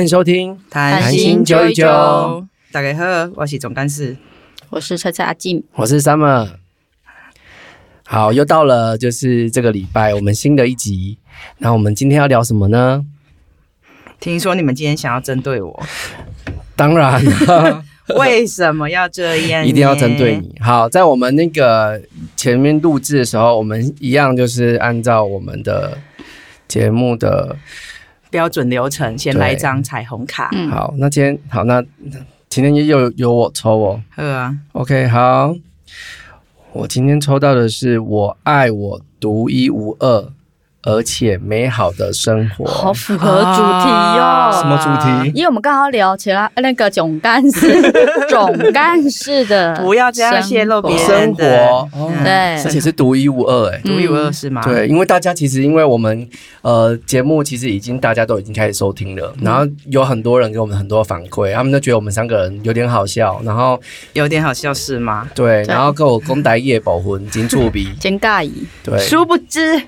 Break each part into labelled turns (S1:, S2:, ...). S1: 迎收听，
S2: 谈
S1: 心久一久
S2: 大家好，我是总干事。
S3: 我是车车阿静，
S1: 我是 Summer。好，又到了就是这个礼拜我们新的一集，那我们今天要聊什么呢？
S2: 听说你们今天想要针对我，
S1: 当 然
S2: 为什么要这样？
S1: 一定要针对。
S3: 哎
S1: 你。好，在我们那个前面录制的时候，我们一样就是按照我们的节目的
S2: 标准流程，先
S1: 对
S2: 来一张彩虹卡。
S3: 嗯
S1: 好，那今天好，那今天又由我抽哦。
S2: 呵啊，
S1: OK，好，我今天抽到的是“我爱我独一无二，而且美好的生活”。
S3: 好符合主题
S2: 啊
S3: 哦。
S1: 什么主题？
S3: 因为我们刚刚聊其他那个总干事，总干事的
S2: 不要这样泄露别人
S1: 生活，哦
S2: 嗯
S3: 对
S1: 而且是独一无二哎、
S2: 独一无二是吗？
S1: 对，因为大家其实，因为我们呃节目其实已经大家都已经开始收听了，然后有很多人给我们很多反馈，他们都觉得我们三个人有点好笑，然后
S2: 有点好笑是吗？
S1: 对，
S3: 对
S1: 然后跟我公台夜保魂金触鼻，
S3: 肩尬椅，
S1: 对，
S2: 殊不知，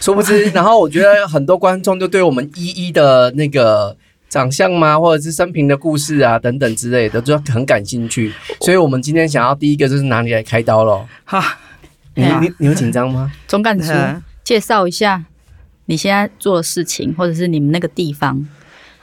S1: 殊不知，然后我觉得很多观众就对我们一一的那个长相嘛，或者是生平的故事啊等等之类的，就很感兴趣。所以我们今天想要第一个就是拿你来开刀喽。
S2: 哈，
S1: 你
S3: 对啊
S1: 你你有紧张吗？
S3: 总干事
S2: 呵
S3: 介绍一下你现在做的事情，或者是你们那个地方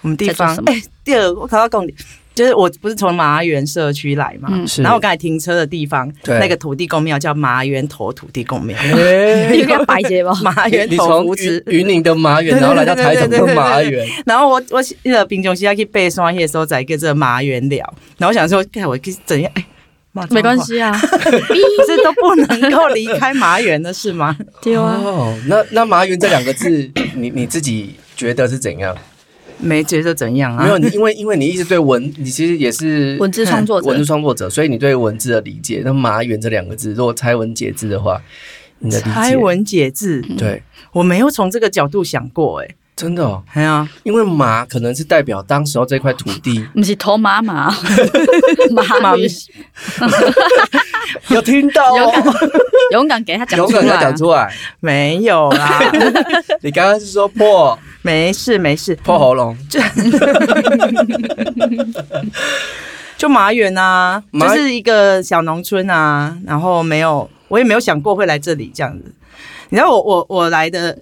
S2: 我们地
S3: 在做
S2: 方哎
S3: 什么？
S2: 第二，我考到共就是我不是从麻园社区来嘛，
S3: 嗯
S1: 是
S2: 然后我刚才停车的地方，
S1: 对
S2: 那个土地公庙叫麻园头土地公庙，。
S1: 哎
S3: 你给他摆结吧
S2: 麻园
S1: 你
S2: 头
S1: 从
S2: 福
S1: 云
S2: 祠。
S1: 云林的麻园，然后来到台中的麻
S2: 对对对对对
S1: 园，
S2: 然后我我那个平常时要去爬山迄个所在叫做麻园寮，然后我想说，看我去怎样，哎、骂脏话
S3: 没关，系啊，
S2: 不是都不能够离开麻园的是吗？
S3: 丢 啊！
S1: 哦，那那麻园这两个字，你你自己觉得是怎样？
S2: 啊没觉得怎样啊？
S1: 没有，你因为因为你一直对文，你其实也是
S3: 文字创作者，
S1: 文字创作者，所以你对文字的理解，那麻园这两个字，如果拆文解字的话，你的理解
S2: 拆文解字，
S1: 对，
S2: 我没有从这个角度想过、哎，
S1: 真的哦，
S2: 哎呀，
S1: 因为麻可能是代表当时候这块土地
S3: 不是头麻麻， 麻
S2: 妈
S3: 女
S1: 有听到哦
S3: 勇敢，勇敢给他 讲
S1: 有
S3: 出
S1: 可能
S3: 来
S1: 讲
S3: 啊。
S1: 出来。
S2: 没有啦，
S1: 你刚刚是说破
S2: 没事没事，
S1: 破喉咙，
S2: 就麻园啊，
S1: 麻
S2: 就是一个小农村啊，然后没有，我也没有想过会来这里这样子。你知道我我我来的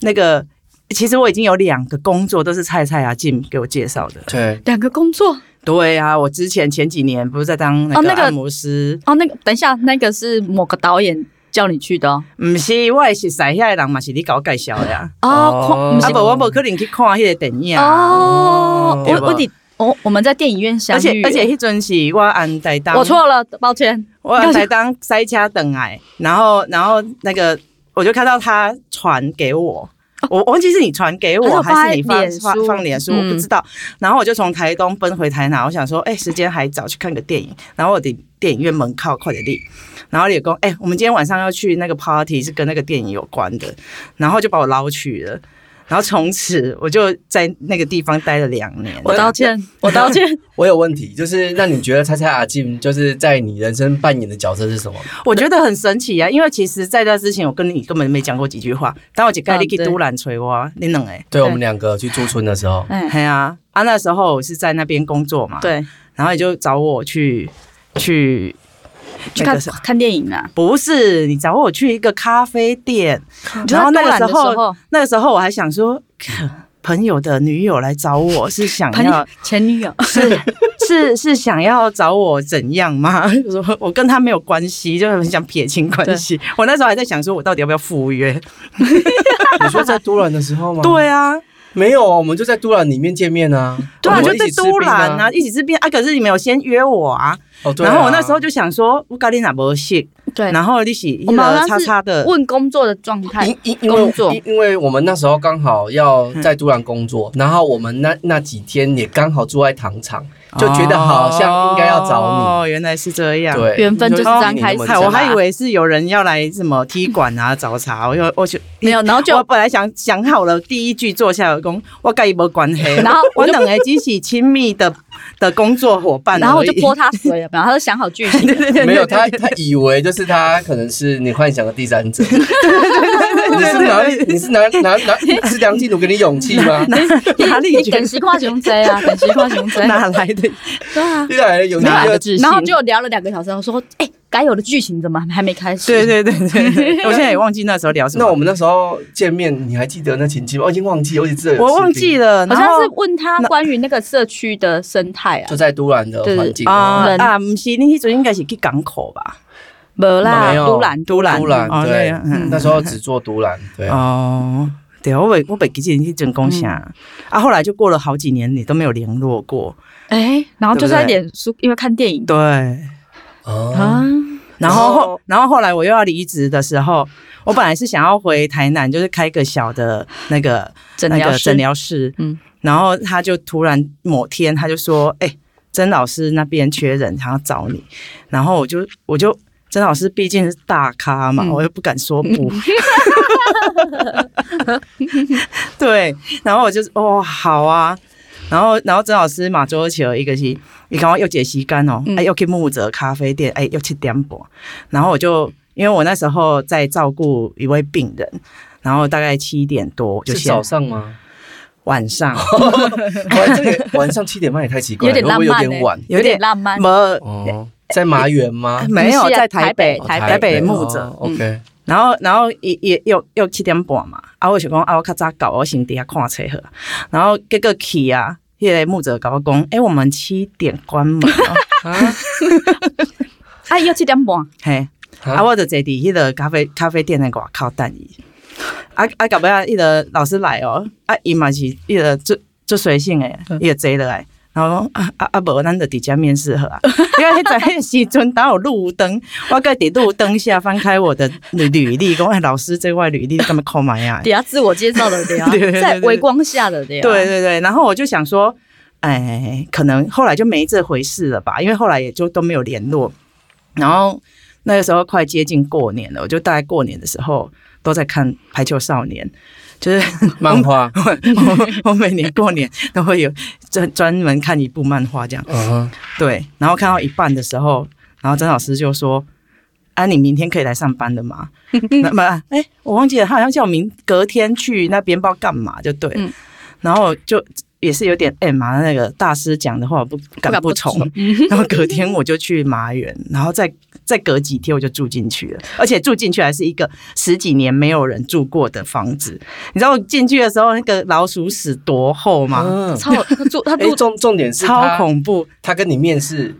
S2: 那个，其实我已经有两个工作都是菜菜啊进给我介绍的。
S1: 对，
S3: 两个工作
S2: 对啊，我之前前几年不是在当那
S3: 哦
S2: 个
S3: 那个
S2: 按摩师，
S3: 哦，那个等一下，那个是某个导演叫你去的哦。
S2: 不嗯是我也是山下的人嘛，是你搞介绍的呀。
S1: 哦
S3: 哦，看不
S2: 啊
S3: 是
S2: 不，我不可能去看那个电影啊。
S3: 哦，
S1: 对
S3: 我
S2: 吧
S3: 我你我我们在电影院相
S2: 而且
S3: 遇，
S2: 而且，迄阵是我按台当，
S3: 我错了，抱歉。
S2: 我才当塞车等来，然后然后那个我就看到他传给我。我我忘记是你传给我，
S3: 还是我
S2: 还是你
S3: 哦发
S2: 放
S3: 脸书
S2: 发放脸书，我
S3: 嗯
S2: 不知道。然后我就从台东奔回台南，我想说，哎、时间还早，去看个电影。然后我的电影院门靠快点立，然后也公，哎、我们今天晚上要去那个 party，是跟那个电影有关的，然后就把我捞去了。然后从此我就在那个地方待了两年。
S3: 我道歉，我道歉。
S1: 我有问题，就是那你觉得猜猜阿进就是在你人生扮演的角色是什么？
S2: 我觉得很神奇啊，因为其实在那之前，我跟你根本没讲过几句话。但我姐盖你去
S3: 嗯对嗯
S2: 都兰吹我，你冷哎，
S1: 对我们两个去驻村的时 候，
S3: 哎，
S2: 嘿啊啊！那时候我是在那边工作嘛，，
S3: 对，
S2: 然后你就找我去去
S3: 去
S2: 那
S3: 看
S2: 个什么
S3: 看电影啊。
S2: 不是你找我去一个咖啡店，
S3: 就
S2: 然
S3: 在
S2: 后那个
S3: 偷懒的
S2: 时候
S3: 候，
S2: 那个时候我还想说，朋友的女友来找我是想
S3: 朋
S2: 要
S3: 友前女友，
S2: 是 是是想要找我怎样吗？ 就说我跟他没有关系，就很想撇清关系。我那时候还在想，说我到底要不要赴约？
S1: 你说在都兰的时候吗？，
S2: 对啊，
S1: 没有啊，我们就在都兰里面见面啊，
S2: 对啊，
S1: 我
S2: 就
S1: 们一
S2: 在
S1: 起吃
S2: 都
S1: 冰啊
S2: 兰啊，，一起吃冰啊。可是你们有先约我啊，
S1: 哦，对啊，
S2: 然后我那时候就想说，我跟你哪不信，
S3: 对，
S2: 然后你洗
S3: 我们好
S2: 那个叉
S3: 像是
S2: 叉的，
S3: 问工作的状态，
S1: 因因因为
S3: 工作
S1: 因因为我们那时候刚好要在都兰工作，然后我们那那几天也刚好住在糖厂，就觉得好像应该要找
S2: 哦，原来是这
S1: 你。
S2: 样。
S1: 对，
S3: 缘分就是这样开始
S1: 你
S2: 嗨，
S1: 那
S2: 我
S1: 么
S3: 的
S1: 深
S2: 还以为是有人要来什么踢馆啊、找茬，我就我就
S3: 没有，然后
S2: 我
S3: 就
S2: 本来想想好了，第一句坐下来讲，我跟伊无关系，
S3: 然后
S2: 我
S3: 我就
S2: 两个只是亲密的的工作伙伴而已，
S3: 然后我就 泼他水了，然后他就想好剧情，
S1: 没有他，他以为就是他可能是你幻想的第三者，你是哪里？你是哪哪哪？是梁静茹给你勇气吗？
S2: 哪里
S3: 你梗是跨熊贼 啊，梗是跨熊贼，
S2: 哪来的
S3: 对啊。
S1: 你来了勇气
S2: 哪来的
S1: 就
S2: 自信？
S3: 然后就聊了两个小时，我说：“哎、该有的剧情怎么还没开始？”
S2: 对对对对对， 我现在也忘记那时候聊什么，
S1: 那我们那时候见面，你还记得那情境吗？我哦已经忘记，我只记得有
S2: 我忘
S1: 士兵
S2: 记了，
S3: 好
S2: 然
S3: 像
S2: 后
S3: 是问他关于那个社区的生态啊
S1: 就，在都兰的环境
S2: 啊
S3: 人
S2: 啊，不是，你那时候应该是去港口吧？
S3: 没啦，
S1: 没有
S3: 都啊兰
S2: 都兰
S1: 都兰
S2: 哦
S1: 对
S2: 那样，
S1: 那时候只做都兰，对，
S2: 哦，对，我北我北极记你去真功下
S3: 嗯
S2: 啊，后来就过了好几年，你都没有联络过，
S3: 哎、然后
S2: 对
S3: 就
S2: 不对
S3: 在脸书，因为看电影
S2: 对。
S1: 哦，
S3: 啊，
S1: 然
S2: 然后后
S1: 后，
S2: 然后后来我又要离职的时候，我本来是想要回台南，就是开个小的那个
S3: 诊
S2: 那
S3: 疗
S2: 个
S3: 室
S2: 诊疗室。
S3: 嗯
S2: 嗯，然后他就突然某天他就说：“哎、曾老师那边缺人，他要找你。”然后我就我就曾老师毕竟是大咖嘛，
S3: 嗯
S2: 我又不敢说不。对，然后我就哦好啊，然后然后曾老师马周起了一个是，你刚刚又解时间哦，哎、
S3: 嗯
S2: 又去木泽咖啡店，哎、又七点半，然后我就因为我那时候在照顾一位病人。然后大概七点多就是先
S1: 早上吗？
S2: 晚上，
S1: 晚这个晚上七点半也太奇怪了，
S3: 有
S1: 会
S3: 点
S1: 不
S3: 浪
S1: 会有
S3: 漫、欸，
S1: 点晚？
S2: 有点
S3: 浪漫。
S2: 没
S1: 哦，在麻园吗？
S2: 没
S3: 不
S2: 有
S3: 是啊
S2: 在台北
S1: 哦，
S3: 台
S2: 哎台北木
S1: 哦
S2: 者，
S1: ，OK，
S2: 然后然后也也又又七点半嘛，啊我想讲啊我较早到，我先底下看车好了，然后结果去啊，迄、个木者甲我讲，欸诶、我们七点关门、哦，
S3: 啊，要七点半，
S2: 嘿，
S1: 啊
S2: 啊我就坐伫迄个咖啡咖啡店的外口等伊，啊啊到尾啊迄个老师来哦，啊伊嘛是迄个最最随性诶，伊就坐落来。然后我讲啊啊啊，无咱就伫遮面试好啊， 因为迄在迄时阵当有路灯，我个伫路灯下翻开我的履履历，讲哎老师这块履历干嘛啊扣满呀？
S3: 底下自我介绍的对啊
S2: 哎 对对对，对
S3: 在微光下的对啊，
S2: 对对对，然后我就想说，哎，可能后来就没这回事了吧，因为后来也就都没有联络。然后那个时候快接近过年了，我就大概过年的时候都在看《排球少年》，就是
S1: 漫画，
S2: 我我每年过年都会有专专门看一部漫画这样。
S1: 嗯哼，
S2: 对，然后看到一半的时候，然后曾老师就说：“啊，你明天可以来上班的吗？” 那么，哎、我忘记了，他好像叫我明隔天去那边不知道干嘛，就对了。
S3: 嗯
S2: 然后就也是有点哎嘛，那个大师讲的话我不敢
S3: 敢不
S2: 不从。 然后隔天我就去麻园，然后再再隔几天我就住进去了，而且住进去还是一个十几年没有人住过的房子。你知道我进去的时候那个老鼠屎多厚吗？
S1: 嗯，
S3: 超他住他
S1: 哎
S3: 住，
S1: 重重点是
S2: 啊超
S1: 他
S2: 恐怖！
S1: 他跟你面试，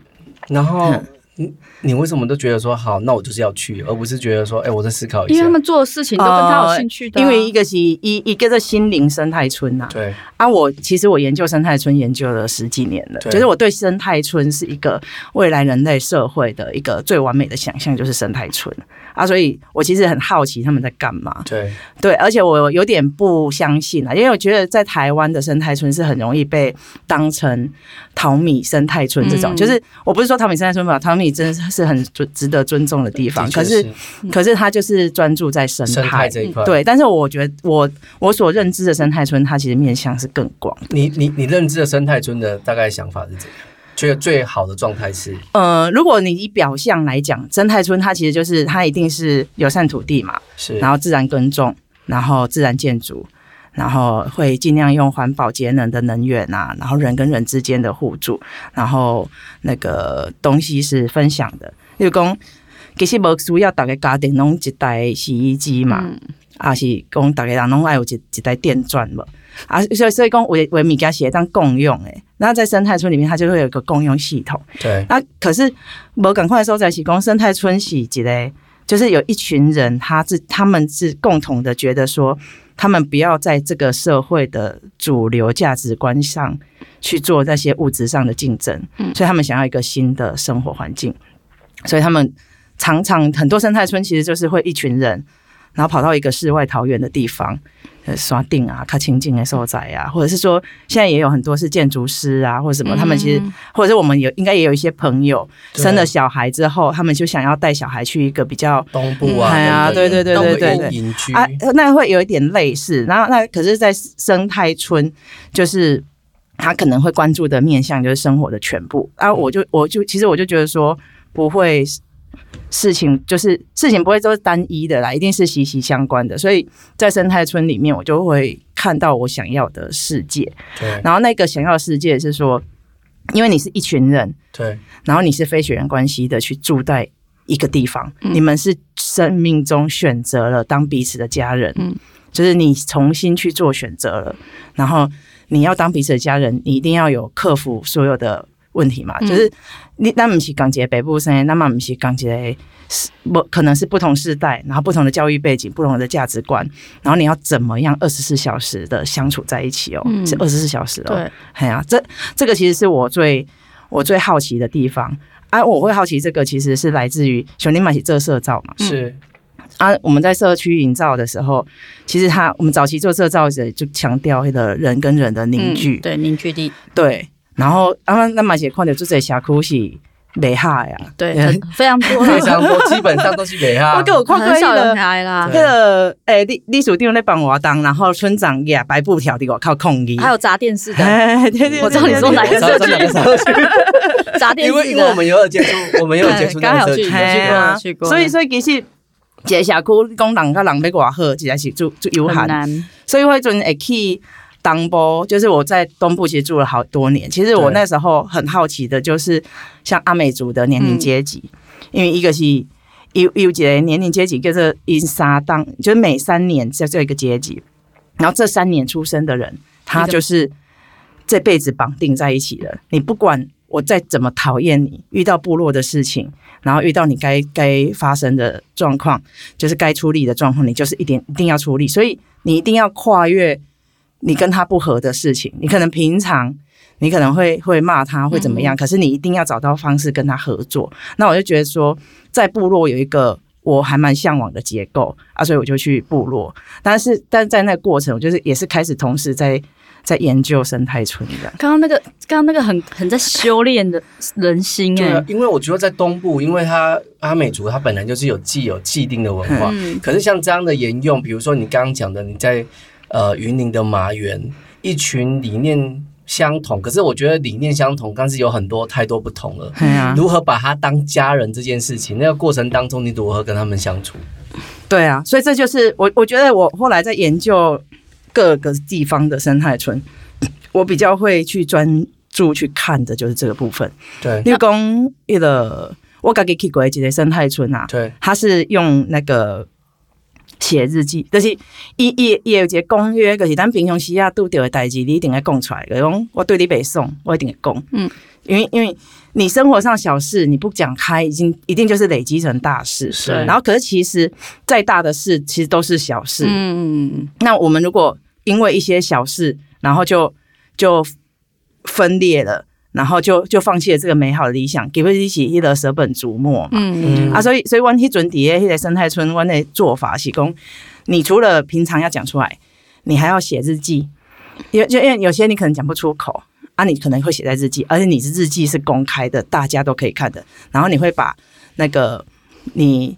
S1: 然后你你为什么都觉得说好，那我就是要去，而不是觉得说，哎，我再思考一
S3: 因为
S1: 下
S3: 他。们做的事情都跟他有兴趣的啊，
S2: 呃因为一个是一一个是心灵生态村呐、啊，
S1: 对，
S2: 啊，我其实我研究生态村研究了十几年了，
S1: 对
S2: 就是我对生态村是一个未来人类社会的一个最完美的想象，就是生态村啊，所以我其实很好奇他们在干嘛。
S1: 对，
S2: 对，而且我有点不相信啊，因为我觉得在台湾的生态村是很容易被当成淘米生态村这种，
S3: 嗯
S2: 就是我不是说淘米生态村吧，淘米真的是很尊值得尊重的地方，
S1: 的确
S2: 可是可是它就是专注在生
S1: 生态
S2: 态。
S1: 这一块，，
S2: 对，但是我觉得我我所认知的生态村，它其实面向是更广。
S1: 你你你认知的生态村的大概想法是怎样？觉得最好的状态是
S2: 呃，如果你以表象来讲，生态村它其实就是它一定是友善土地嘛，
S1: 是，
S2: 然后自然耕种，然后自然建筑，然后会尽量用环保节能的能源啊，然后人跟人之间的互助，然后那个东西是分享的，例如讲。其实无需要大家家庭拢一台洗衣机嘛，
S3: 嗯
S2: 啊是讲大家人拢爱有一一台电钻嘛，啊所以所以讲为为物件是会当共用诶，那在生态村里面它就会有一个共用系统，
S1: 对，
S2: 那可是无赶快收在是讲生态村是一个，就是有一群人，他是他们是共同的觉得说，他们不要在这个社会的主流价值观上去做那些物质上的竞争，
S3: 嗯
S2: 所以他们想要一个新的生活环境，所以他们常常很多生态村其实就是会一群人。然后跑到一个世外桃源的地方，呃，刷定啊，看清净的受宅啊，或者是说现在也有很多是建筑师啊，或者什么，他们其实
S3: 嗯
S2: 或者是我们有应该也有一些朋友
S1: 对
S2: 生了小孩之后，他们就想要带小孩去一个比较
S1: 东部啊，
S2: 嗯哎呀
S1: 等等
S2: 对对
S1: 东部
S2: 对对对
S1: 营区
S2: 啊，那会有一点类似。然后那可是，在生态村，就是他可能会关注的面向就是生活的全部。啊，我就我就其实我就觉得说不会。事情，就是事情不会都是单一的啦，一定是息息相关的。所以在生态村里面，我就会看到我想要的世界。
S1: 对
S2: 然后那个想要的世界是说，因为你是一群人，
S1: 对
S2: 然后你是非血缘关系的去住在一个地方，
S3: 嗯
S2: 你们是生命中选择了当彼此的家人，
S3: 嗯
S2: 就是你重新去做选择了，然后你要当彼此的家人，你一定要有克服所有的问题嘛，
S3: 嗯
S2: 就是你那不是港姐北部生，那么不是港姐。不可能是不同世代，然后不同的教育背景、不同的价值观，然后你要怎么样二十四小时的相处在一起哦？
S3: 嗯
S2: 是二十四小时哦，
S3: 对，
S2: 哎呀、这这个其实是我最我最好奇的地方啊！我会好奇这个其实是来自于熊林马喜这社造嘛
S1: 是，
S2: 啊！我们在社区营造的时候，其实他我们早期做社造者就强调那个人跟人的凝聚，
S3: 嗯对凝聚力，
S2: 对，然后啊，那马喜看到就在峡谷是美哈呀，
S3: 对，
S2: 嗯
S3: 很非常多，
S1: 非 常多，基本上都是给他
S2: 我。给我看过
S3: 很
S2: 那
S3: 少人
S2: 个。
S3: 来啦
S2: 那。个诶，李李署长在帮我当，然后村长也白布条的我靠控议，
S3: 还有砸电视 的，
S2: 哎，对对对
S3: 我知道你说哪个
S1: 我知道哪个社区？
S3: 砸电
S1: 因为
S3: 视
S1: 因为我
S3: 的，
S1: 们也有接触，我们也有接触
S3: 刚
S1: 那
S3: 好
S1: 个社
S3: 去
S1: 区
S3: 有
S1: 的。
S3: 去过
S2: 嘿啊
S3: 去过
S2: 所以所以其实一个社区你讲人甲人要偌好，实在是住住有
S3: 很
S2: 限，
S3: 难，
S2: 所以我迄阵会去。东部就是我在东部其实住了好多年，其实我
S1: 对
S2: 那时候很好奇的就是像阿美族的年龄阶级，因为一个是有有几个年龄阶级叫做因沙当，就是每三年叫做一个阶级，然后这三年出生的人，他就是这辈子绑定在一起的。你不管我再怎么讨厌你，遇到部落的事情，然后遇到你该该发生的状况，就是该处理的状况，你就是一定一定要处理，所以你一定要跨越你跟他不合的事情。你可能平常你可能会会骂他，会怎么样，可是你一定要找到方式跟他合作。那我就觉得说，在部落有一个。我还蛮向往的结构啊，所以我就去部落。但是，但在那个过程，我就是也是开始同时在在研究生态村这样。
S3: 刚刚那个，刚刚那个很很在修炼的人心
S1: 对
S3: 哎
S1: 啊，，因为我觉得在东部，因为它阿美族它本来就是有既有既定的文化，
S3: 嗯
S1: 可是像这样的沿用，比如说你刚刚讲的，你在呃云林的麻园，一群理念相同，可是我觉得理念相同，但是有很多太多不同了。
S2: 对啊，
S1: 如何把他当家人这件事情，那个过程当中，你如何跟他们相处？
S2: 对啊，所以这就是我我觉得我后来在研究各个地方的生态村，我比较会去专注去看的就是这个部分。
S1: 对
S2: 例如讲，那个我刚给去过一个生态村啊，
S1: 对
S2: 它是用那个。写日记，就是伊伊伊有一个公约，就是咱平常时啊拄着的代志，你一定要讲出来。就是讲我对你袂爽，我一定会讲。
S3: 嗯，
S2: 因为因为你生活上小事你不讲开，已经一定就是累积成大事。
S1: 是
S2: 然后可是其实再大的事其实都是小事。
S3: 嗯，
S2: 那我们如果因为一些小事，然后就就分裂了，然后就就放弃了这个美好的理想，给不起起一个舍本逐末嘛。
S3: 嗯
S1: 嗯
S2: 啊，所以所以阮迄阵伫诶迄个生态村，阮的做法是讲，你除了平常要讲出来，你还要写日记，因为就因为有些你可能讲不出口啊，你可能会写在日记，而且你的日记是公开的，大家都可以看的，然后你会把那个你。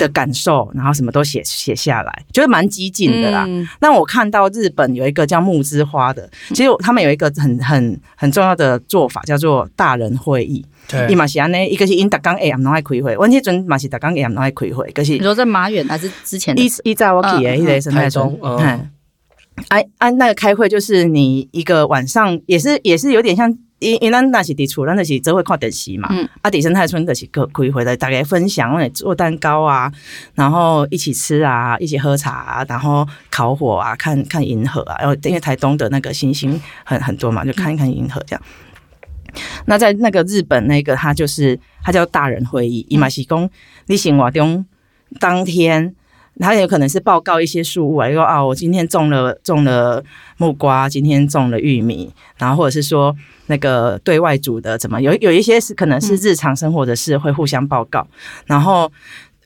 S2: 的感受，然后什么都写写下来，觉得蛮激进的啦。
S3: 嗯
S2: 那我看到日本有一个叫木之花的，其实他们有一个很很很重要的做法，叫做大人会议。伊
S1: 对，
S2: 嘛是安尼，伊个是因逐工下暗拢爱开会，阮迄阵嘛是逐工下暗拢爱开会，可是
S3: 你说在马远还是之前的？
S2: 伊伊在我记诶，
S3: 嗯嗯
S2: 迄个生
S1: 台，
S2: 态村
S1: 中嗯
S2: 哎哎哎，那个开会就是你一个晚上，也是也是有点像，因因为咱那是伫厝，咱就是只会看电视嘛
S3: 嗯，
S2: 啊，伫生态村就是各开会的，大家分享，我们做蛋糕啊，然后一起吃啊，一起喝茶啊，然后烤火啊，看看银河啊，然后因为台东的那个星星很很多嘛，就看一看银河这样。那在那个日本那个，它就是它叫大人会议，伊嘛是讲你生活中当天，它有可能是报告一些事物啊，例如说啊，我今天种了种了木瓜，今天种了玉米，然后或者是说那个对外组的怎么有有一些是可能
S3: 嗯
S2: 是日常生活的事会互相报告，然后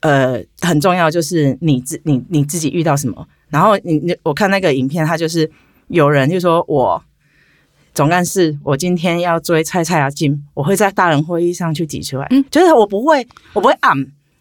S2: 呃很重要就是你自你你自己遇到什么，然后你你我看那个影片，它就是有人就说我。总干事，我今天要追蔡蔡雅金，我会在大人会议上去提出来。
S3: 嗯
S2: 就是我不会，我不会按，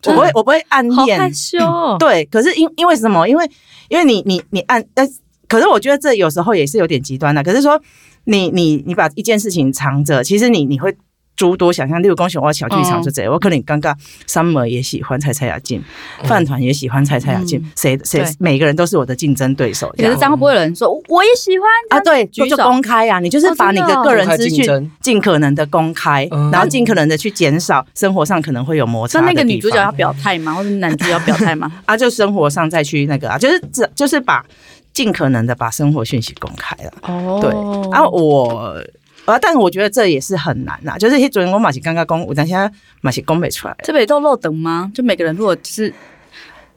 S2: 我不会，我不会按
S3: 好
S2: 念。
S3: 害羞哦，
S2: 对，可是因因为什么？因为因为你你你按，但可是我觉得这啊有时候也是有点极端的。可是说你你你把一件事情藏着，其实你你会诸多想象。例如，恭喜我小剧场
S3: 哦
S2: 就这，我可能刚刚 Summer 也喜欢蔡蔡雅静，饭团也喜欢蔡蔡雅静
S3: 哦嗯，
S2: 谁谁
S3: 对
S2: 每个人都是我的竞争对手。这
S3: 可
S2: 样
S3: 是这样会不会有人说我也喜欢
S2: 啊，对，
S3: 举
S2: 就就
S3: 手
S2: 公开啊，你就是
S3: 哦
S2: 把你
S3: 真的
S2: 的
S3: 哦
S2: 个人
S1: 公开
S2: 资
S1: 竞
S2: 讯
S1: 争
S2: 尽可能的公开
S1: 嗯，
S2: 然后尽可能的去减少生活上可能会有摩擦的地
S3: 那那
S2: 方。
S3: 个女主角要表态吗？或者男主角要表 态吗？
S2: 啊，就生活上再去那个啊，就是只就是把尽可能的把生活讯息公开了。
S3: 哦
S2: 对，啊，我。啊，但我觉得这也是很难呐、就是昨天我马是刚刚公，我但现在马啊是公没出来，
S3: 这北都漏等吗？就每个人如果就是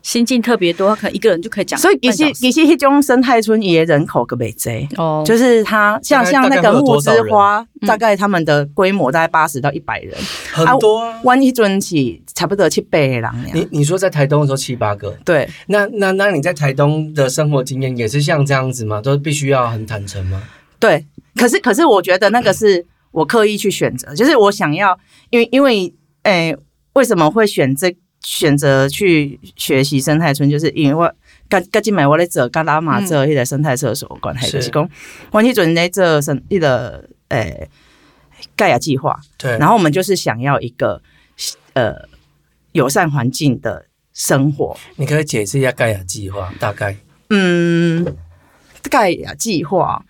S3: 心境特别多，他可能一个人就可以讲
S2: 所以其
S3: 半小时，
S2: 实其实迄种生态村也人口个没贼，
S3: 哦，
S2: 就是它像
S1: 大概
S2: 像
S1: 大
S2: 那
S1: 概
S2: 个
S1: 会有
S2: 木
S1: 多
S2: 之
S1: 少人
S2: 花，
S3: 嗯
S2: 大概他们的规模大概八十到一百人，
S1: 很多啊。
S2: 阮迄阵是差不多七八个人尔。
S1: 你你说在台东的时候七八个，
S2: 对，
S1: 那那那你在台东的生活经验也是像这样子吗？都必须要很坦诚吗？
S2: 对，可是可是我觉得那个是我刻意去选择，就是我想要，因为因为诶、为什么会选这选择去学习生态村，就是因为我。甲甲即摆我咧做，甲拉玛做迄个生态厕所有关
S1: 嗯
S2: 系，
S1: 是
S2: 就是讲，我迄阵咧做生迄个诶盖亚计划，
S1: 对，
S2: 然后我们就是想要一个呃友善环境的生活，
S1: 你可以解释一下盖亚计划大概。
S2: 嗯，盖亚计划，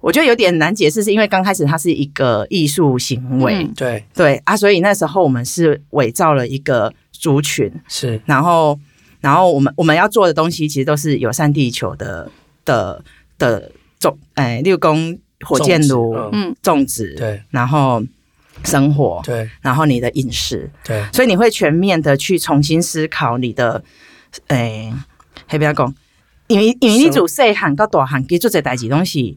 S2: 我觉得有点难解释，是因为刚开始它是一个艺术行为，
S3: 嗯
S1: 对，
S2: 对啊，所以那时候我们是伪造了一个族群，
S1: 是
S2: 然后，然后我们我们要做的东西其实都是友善地球的的的种，哎，例如公火箭炉
S1: 种植
S3: 嗯
S2: 种植，
S1: 对
S2: 然后生活，
S1: 对
S2: 然后你的饮食，
S1: 对，
S2: 所以你会全面的去重新思考你的，诶、黑不要讲，因为因为你自细汉到大汉，其实做这代志东西，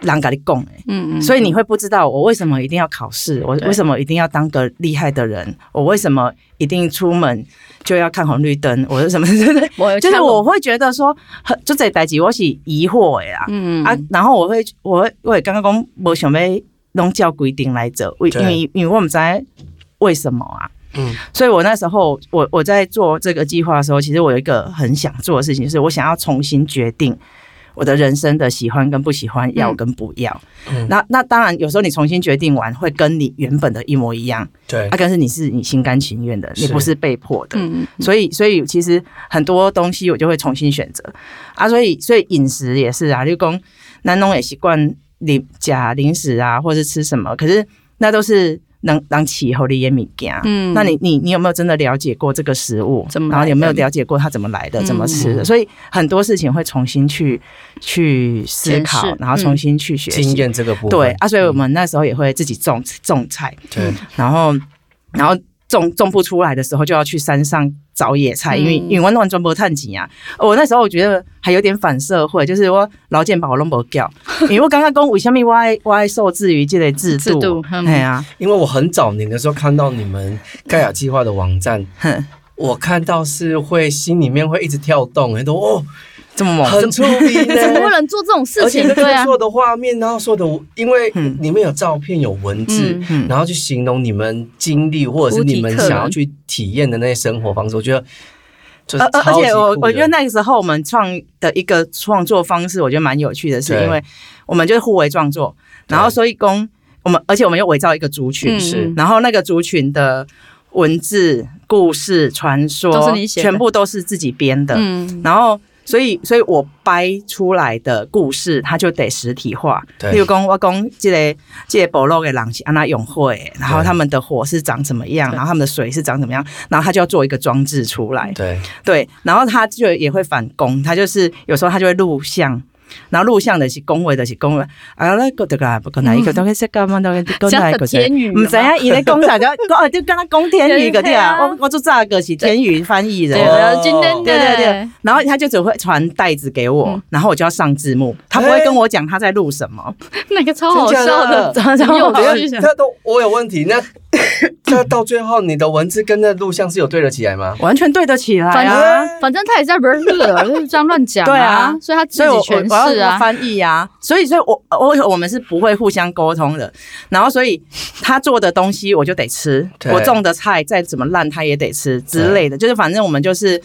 S2: 人跟你讲诶，
S3: 嗯嗯，
S2: 所以你会不知道我为什么一定要考试，我
S3: 对
S2: 为什么一定要当个厉害的人，我为什么一定出门就要看红绿灯，我是什么， 就是
S3: 我有
S2: 就
S3: 看
S2: 是
S3: 过
S2: 我会觉得说，很做这代志我是疑惑诶啦，
S3: 嗯
S2: 啊，然后我会，我会，我也刚刚讲，我想要拢照规定来做，为因
S1: 对
S2: 为因为我们在为什么啊？
S1: 嗯，
S2: 所以我那时候，我我在做这个计划的时候，其实我有一个很想做的事情，就是我想要重新决定我的人生的喜欢跟不喜欢，要跟不要。
S1: 嗯
S2: 那那当然，有时候你重新决定完，会跟你原本的一模一样，
S1: 对
S2: 啊，，但是你是你心甘情愿的，你
S1: 是
S2: 不是被迫的。
S3: 嗯
S2: 所以，所以其实很多东西我就会重新选择啊，所以所以饮食也是啊，就讲南农也习惯零假零食啊，或是吃什么，可是那都是能让起候的也米件。
S3: 嗯
S2: 那你你你有没有真的了解过这个食物？
S3: 怎么来的
S2: 然后有没有了解过它怎么来的、
S3: 嗯
S2: 怎么吃的？所以很多事情会重新去去思考
S3: 诠释，嗯
S2: 然后重新去学
S1: 经
S2: 习。
S1: 验这个部分。
S2: 对啊，所以我们那时候也会自己种种菜，
S1: 对
S2: 然后然后种种不出来的时候，就要去山上找野菜，
S3: 嗯
S2: 因为因为我乱转播探景啊。我那时候我觉得还有点反社会，就是我劳健保我都没 掉，因为我刚刚讲为什么我爱我爱受制于这类制
S3: 制
S2: 度，
S3: 度嗯
S2: 哎呀、
S1: 因为我很早年的时候看到你们盖亚计划的网站，
S2: 哼，
S1: 我看到是会心里面会一直跳动，很多哦，
S2: 这么猛，这
S1: 很
S2: 么
S1: 出 名
S3: 嗯，怎么会
S1: 呢。
S3: 能做这种事
S1: 而且
S3: 情
S1: 那？
S3: 对
S1: 个
S3: 啊
S1: 所，有的画面，然后所有的，因为
S2: 嗯
S1: 里面有照片、有文字，
S3: 嗯
S2: 嗯
S1: 然后去形容你们经历或者是你们
S3: 无体客人
S1: 想要去体验的那些生活方式，我觉得就是
S2: 而而呃而
S1: 超级
S2: 且我
S1: 酷的
S2: 我觉得那个时候我们创的一个创作方式，我觉得蛮有趣的是，
S1: 对
S2: 因为我们就是互为创作，然后
S1: 对
S2: 所以公我们，而且我们又伪造一个族群，
S3: 嗯
S1: 是
S2: 然后那个族群的文字、故事、传说，
S3: 都是你写的
S2: 全部都是自己编的，
S3: 嗯，
S2: 然后。所以，所以我掰出来的故事，它就得实体化。
S1: 对
S2: 例如讲，我讲这个这个部落的人是安那用会，然后
S1: 对
S2: 他们的火是长怎么样，
S3: 对
S2: 然后他们的水是长怎么样，然后他就要做一个装置出来。
S1: 对
S2: 对，然后他就也会反攻，他就是有时候他就会录像。然后录像的是恭维的是恭维，啊，那个这个不可能，一个都可以这个嘛，都可以讲
S3: 讲
S2: 哪一
S3: 的
S2: 个
S3: 天语
S2: 唔知啊，伊咧讲啥就哦，就跟他讲天语个对啊，
S3: 对啊
S2: 我我做这个是天语翻译的
S3: 对，呃
S1: 哦
S3: 今天的
S2: 对对对，然后他就只会传袋子给我
S3: 嗯，
S2: 然后我就要上字幕，他不会跟我讲他在录什么，
S3: 那个超好
S1: 真假
S3: 笑的
S1: 的，
S3: 很 有
S1: 等
S3: 趣
S1: 一下，。那都我有问题。那 那到最后，你的文字跟那录像是有对得起来吗？
S2: 完全对得起来
S3: 反
S2: 啊。
S3: 正反正他也在 就是这样乱讲
S2: 对
S3: 啊
S2: 啊，
S3: 所以他自己
S2: 所以我我
S3: 诠
S2: 我
S3: 释
S2: 要
S3: 啊，
S2: 翻译啊，所以所以我我我们是不会互相沟通的。然后所以他做的东西我就得吃，
S1: 对
S2: 我种的菜再怎么烂他也得吃之类的，就是反正我们就是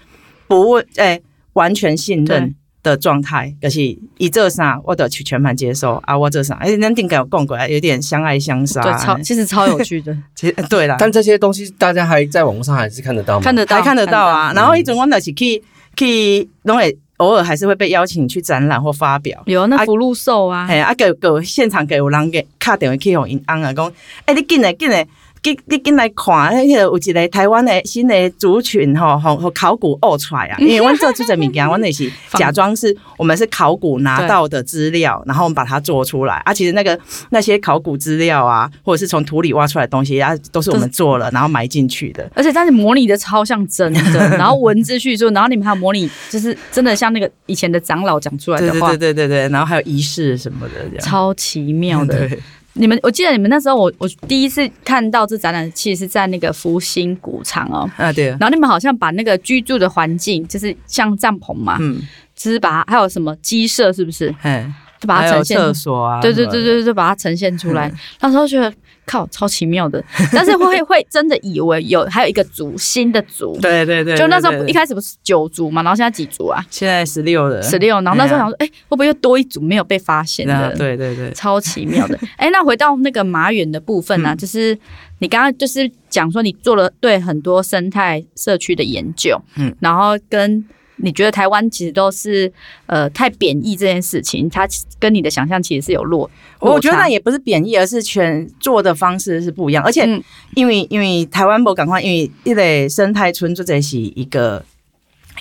S2: 不问哎、完全信任的状态，就是一这啥我得去全盘接受啊，我这啥，哎，那定给我供过来，有点相爱相杀。
S3: 对，超其实超有 趣的，
S2: 其实对啦，
S1: 但这些东西大家还在网络上还是看得到吗？
S3: 看得到，
S2: 还看得到啊。
S1: 到
S2: 然后一种我就是去去，拢会偶尔还是会被邀请去展览或发表。
S3: 有那福禄寿啊，
S2: 哎、啊，给给现场给有人给敲电话去互因翁啊，讲，哎、你进来进来，你你进来看，迄个有一个台湾的新的族群吼，吼、吼考古挖出来啊，因为阮做这个物 件，阮那是假装是我们是考古拿到的资料，然后我们把它做出来啊，其实那个那些考古资料啊，或者是从土里挖出来的东西啊，都是我们做了然后埋进去的。
S3: 而且但是模拟的超像真的， 然后文字叙述，然后你们还有模拟，就是真的像那个以前的长老讲出来
S2: 对
S3: 的
S2: 对
S3: 话
S2: 对，对对对，然后还有仪式什么的这样。
S3: 超奇妙 的。
S2: 对，
S3: 你们，我记得你们那时候我，我第一次看到这展览，其实是在那个福星谷场哦。
S2: 啊对，
S3: 然后你们好像把那个居住的环境，就是像帐篷嘛，
S2: 嗯，
S3: 就是把它还有什么鸡舍，是不是？
S2: 哎，
S3: 就把它
S2: 还
S3: 呈
S2: 有
S3: 现。
S2: 厕所啊，嗯
S3: 对对对对对，把它呈现出来。 那时候觉得靠，超奇 妙的，但是会会真的以为有还有一个族新的族，
S2: 对对对，
S3: 就那时
S2: 对
S3: 候
S2: 对
S3: 一开始不是九族嘛，然后现在几族啊？
S2: 现在十六了，
S3: 十六。然后那时候想说，哎、会不会又多一组没有被发现
S2: 那
S3: 的？
S2: 啊对啊对对，
S3: 超奇妙的。哎、那回到那个马远的部分呢、
S2: 嗯
S3: 啊，就是你刚刚就是讲说你做了对很多生态社区的研究，嗯
S2: 嗯，
S3: 然后跟你觉得台湾其实都是呃太贬义这件事情，它跟你的想象其实是有落，
S2: 我觉得那
S3: 也
S2: 也不是贬义，而是全做的方式是不一样，而且
S3: 嗯
S2: 因为、因为台湾不赶快，因为一类生态村就这是一个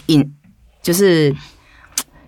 S2: 引，就是。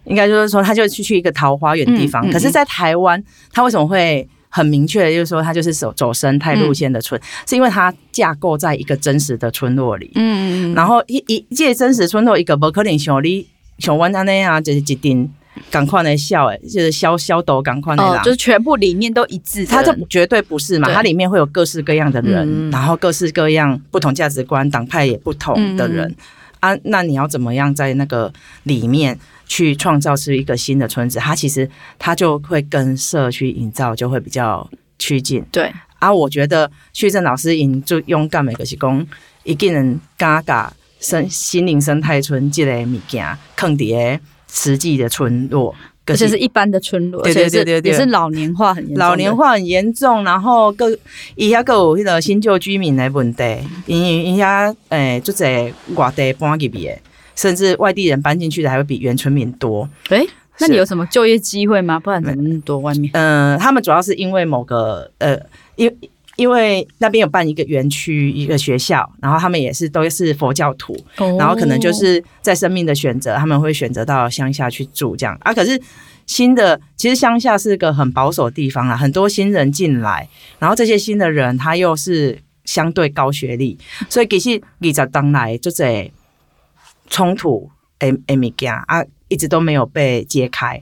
S2: 应该就是说，它就去去一个桃花源地方。
S3: 嗯嗯
S2: 可是，在台湾，它为什么会很明确的，就是说它就是走走生态路线的
S3: 嗯
S2: 村，是因为它架构在一个真实的村落里。
S3: 嗯嗯
S2: 然后一一这个真实村落一个无可能像你像阮安尼啊，就是一定赶快的笑诶，就是消消毒赶快
S3: 嗯，
S2: 的
S3: 哦
S2: 啦，。
S3: 就是全部理念都一致的，
S2: 它这绝对不是嘛，
S3: 对
S2: 它里面会有各式各样的人，
S3: 嗯
S2: 然后各式各样不同价值观、党派也不同的
S3: 嗯
S2: 人、啊。那你要怎么样在那个里面去创造出一个新的村子？它其实它就会跟社区营造就会比较趋近。
S3: 对，
S2: 啊，我觉得旭正老师因就勇敢的就是讲，伊个人敢甲生心灵生态村即个物件，坑伫个实际的村落，就
S3: 而且是一般的村落，
S2: 对对对对对
S3: 而且是也是老年化很严重的，
S2: 老年化很严重，然后各伊遐个有迄个新旧居民的问题，因为呃因遐诶，就侪外地搬入去的，甚至外地人搬进去的还会比原村民多。
S3: 哎、那你
S2: 是
S3: 有什么就业机会吗？不然怎么那么多外面？
S2: 嗯，他们主要是因为某个呃，因因为那边有办一个园区一个学校，然后他们也是都是佛教徒，然后可能就
S3: 哦
S2: 是在生命的选择，他们会选择到乡下去住这样啊。可是新的其实乡下是个很保守的地方啦，很多新人进来，然后这些新的人他又是相对高学历，所以其实二十当来就这冲突诶诶物件啊，一直都没有被揭开。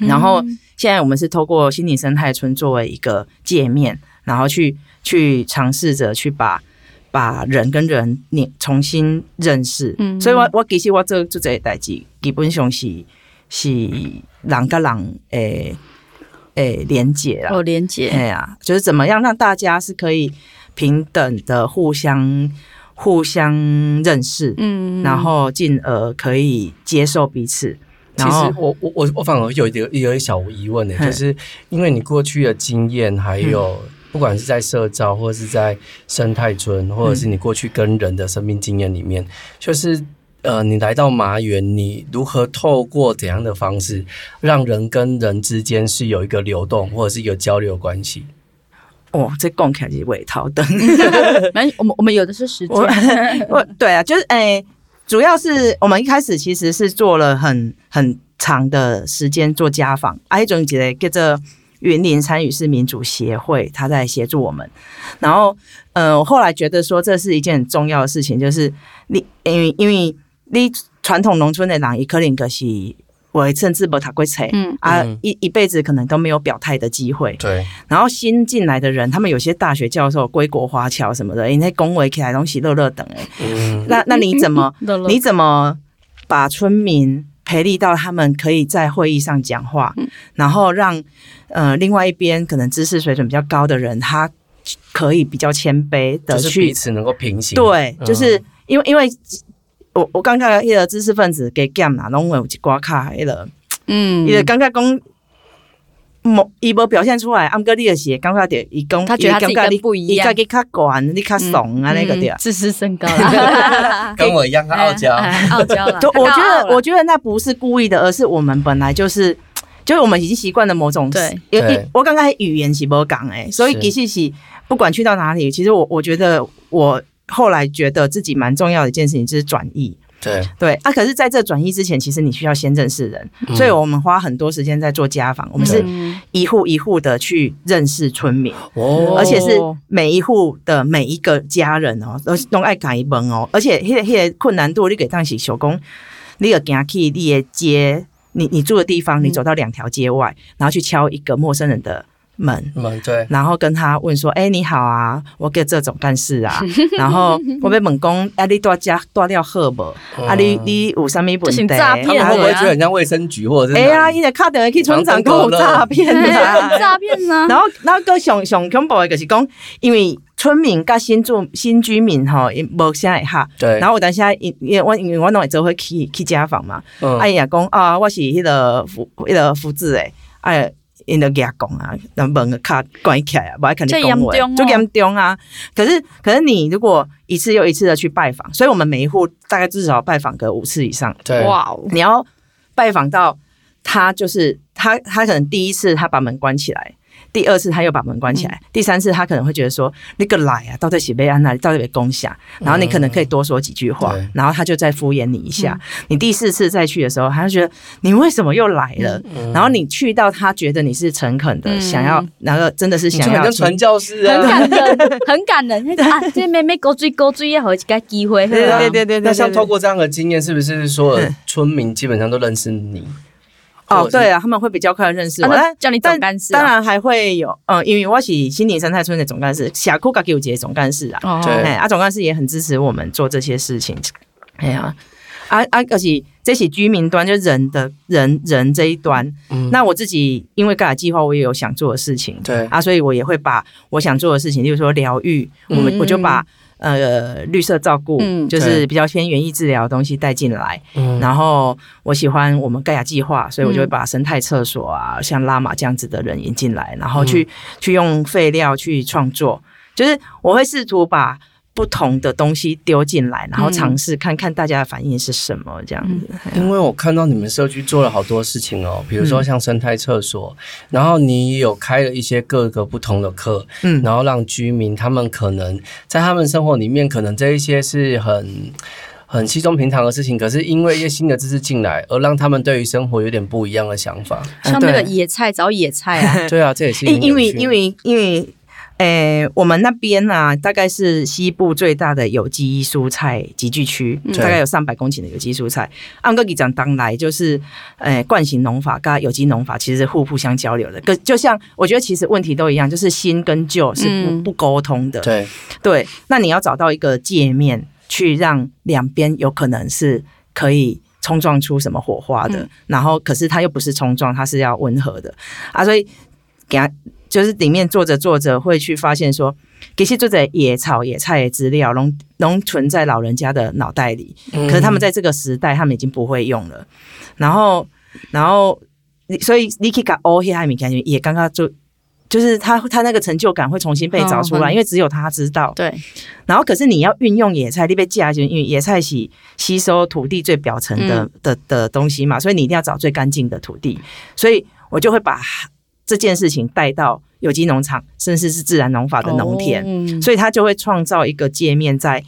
S2: 然后
S3: 嗯
S2: 现在我们是透过心理生态村作为一个界面，然后去去尝试着去把把人跟人你重新认识。
S3: 嗯
S2: 所以我我其实我做做这个代志，基本上是是人跟人诶诶连接啦。
S3: 有哦连接，
S2: 哎呀、就是怎么样让大家是可以平等的互相互相认识，
S3: 嗯，
S2: 然后进而可以接受彼此。
S1: 其
S2: 然
S1: 实
S2: 后
S1: 我我我我反而有一个有一小疑问呢、欸
S2: 嘿
S1: 就是因为你过去的经验，还有不管是在社造，或者是在生态村，或者是你过去跟人的生命经验里面，就是呃，你来到麻园，你如何透过怎样的方式，让人跟人之间是有一个流动，或者是有交流关系？
S2: 哦，这讲起来是尾头 灯。
S3: 没，我们我们有的是时间
S2: 我，我对啊，就是诶、主要是我们一开始其实是做了很很长的时间做家访，啊，一种姐跟着云林参与式民主协会，他在协助我们。然后，呃，我后来觉得说这是一件很重要的事情，就是你因为因为你传统农村的人，伊可能就是我甚至无读过册。
S3: 嗯，
S2: 啊
S1: 嗯，
S2: 一一辈子可能都没有表态的机会，
S1: 对，
S2: 然后新进来的人，他们有些大学教授、归国华侨什么的，哎人家恭维起来东西乐乐等哎，
S1: 嗯，
S2: 那那你怎 么
S3: 乐乐
S2: 你怎么把村民培力到他们可以在会议上讲话，然后让呃另外一边可能知识水准比较高的人，他可以比较谦卑的
S1: 就是彼
S2: 去
S1: 此能够平行。
S2: 对，
S1: 嗯
S2: 就是因为因为。我我感觉迄个知识分子加减啦，拢有一寡卡迄个，
S3: 嗯
S2: 伊就感觉讲。无，伊无表现出来，啊，毋过你就是会感觉着伊讲，
S3: 他觉得他自己
S2: 伊感觉
S3: 跟不一样
S2: 伊家己较悬，你
S3: 嗯
S2: 较怂啊，那个对啊。
S3: 自视甚高 啦，
S1: 跟我一样 傲娇，
S3: 哎，哎傲娇了。
S2: 就我觉
S3: 他傲
S2: 得，
S3: 了
S2: 我觉得那不是故意的，而是我们本来就是，就是我们已经习惯了某种
S3: 对
S2: 因
S1: 对
S2: 为我刚才语言是不讲哎，所以
S1: 是
S2: 其实是不管去到哪里，其实我我觉得我后来觉得自己蛮重要的一件事情就是转译。
S1: 对，
S2: 对啊，可是在这转译之前，其实你需要先认识人，
S1: 嗯
S2: 所以我们花很多时间在做家访，我们是
S3: 嗯
S2: 一户一户的去认识村民。
S1: 哦，
S2: 而且是每一户的每一个家人哦，都都爱改门哦，而且迄、个迄、个困难度，你给当时小工，你有行去你的街，你你住的地方，
S3: 嗯
S2: 你走到两条街外，然后去敲一个陌生人的门。
S1: 嗯，对，
S2: 然后跟他问说：“哎、你好啊，我给这总干事 啊。然后我被猛攻，哎、啊，你多加多料喝不？啊，你你有啥咪问
S3: 这
S2: 题？啊
S3: 哦是诈骗哦
S1: 他们会不会觉得很像卫生局或者是
S2: 哎呀，
S1: 哪里？
S2: 伊个卡电话去村长讲诈骗 啊！
S3: 哎诈骗呢？
S2: 然后，然后个上上恐怖的就是讲，因为村民甲新住新居民吼，因无啥会合。
S1: 对，
S2: 然后有当时啊，因因为我因为我拢会做伙去去家访嘛，
S1: 嗯
S2: 啊伊也讲啊，我是迄个福迄个福字诶，哎，因就甲讲啊，那门个卡关起来啊，无爱肯定讲话
S3: 这严重哦，
S2: 就严重啊。可是可是你如果一次又一次的去拜访，所以我们每一户大概至少拜访个五次以上，
S1: 对，
S3: 哇 哦，
S2: 你要拜访到他，就是他，他可能第一次他把门关起来，第二次他又把门关起
S3: 嗯
S2: 来，第三次他可能会觉得说那个来啊，到底喜被安娜，到底被攻下，
S3: 嗯
S2: 然后你可能可以多说几句话，
S1: 对
S2: 然后他就再敷衍你一下。
S3: 嗯
S2: 你第四次再去的时候，他就觉得你为什么又来了？
S1: 嗯
S2: 然后你去到他觉得你是诚恳的，
S3: 嗯
S2: 想要然后真的是
S1: 你就
S2: 想
S1: 很
S2: 要
S1: 像
S2: 听
S1: 传教士
S3: 很
S1: 啊。
S3: 感人，很感人。那个啊，这妹妹勾追勾追，要好一个机会。
S2: 对对
S3: 好吧
S2: 对对对，
S1: 那像
S2: 对
S1: 透过这样的经验，是不是所有
S2: 嗯
S1: 村民基本上都认识你？
S2: 哦，对啊，他们会比较快认识我，
S3: 啊那
S2: 但
S3: 叫你总干事啊
S2: 但当然还会有，嗯，因为我是新林生态村的总干事，峡谷嘎给我姐总干事啊，
S3: 哦，
S1: 对
S2: 哎，啊，总干事也很支持我们做这些事情，哎呀、啊，啊啊，而且这些居民端就人的人人这一端，
S1: 嗯
S2: 那我自己因为盖亚计划，我也有想做的事情，
S1: 对
S2: 啊，所以我也会把我想做的事情，例如说疗愈，我
S1: 嗯
S2: 们我就把。呃，绿色照顾、
S3: 嗯
S2: 就是比较偏园艺治疗的东西带进来，
S1: 嗯，
S2: 然后我喜欢我们盖亚计划，所以我就会把生态厕所啊，像拉玛这样子的人引进来，然后去、
S1: 嗯
S2: 去用废料去创作，就是我会试图把不同的东西丢进来，
S1: 嗯
S2: 然后尝试看看大家的反应是什么这样子。
S1: 因为我看到你们社区做了好多事情
S2: 嗯
S1: 哦，比如说像生态厕所，然后你有开了一些各个不同的课，
S2: 嗯
S1: 然后让居民他们可能在他们生活里面，可能这一些是很。很稀松平常的事情，可是因为一些新的知识进来，而让他们对于生活有点不一样的想法。
S3: 像那个
S2: 嗯对
S3: 野菜找野菜 啊，
S1: 对啊，这也是
S2: 嗯因因为
S1: 很有趣
S2: 因为因为，诶、我们那边啊，大概是西部最大的有机蔬菜集聚区，
S1: 对
S2: 大概有上百公顷的有机蔬菜。啊按个给讲，当来就是，诶、惯性农法跟有机农法其实是互互相交流的。跟就像我觉得其实问题都一样，就是新跟旧是不、
S3: 嗯
S2: 不沟通的。
S1: 对
S2: 对，那你要找到一个界面，去让两边有可能是可以冲撞出什么火花的，
S3: 嗯
S2: 然后可是它又不是冲撞，它是要温和的啊，所以给它就是里面做着做着会去发现说，其实作者野草野菜的资料，拢拢存在老人家的脑袋里，
S1: 嗯
S2: 可是他们在这个时代，他们已经不会用了，然后然后你所以你可以把哦黑米感觉也刚刚就。就是他，他那个成就感会重新被找出来，
S3: 哦
S2: 因为只有他知道。
S3: 对，
S2: 然后可是你要运用野菜，你被架就因为野菜是吸收土地最表层的、
S3: 嗯
S2: 的的东西嘛，所以你一定要找最干净的土地。所以我就会把这件事情带到有机农场，甚至是自然农法的农田，
S3: 哦
S2: 所以它就会创造一个界面在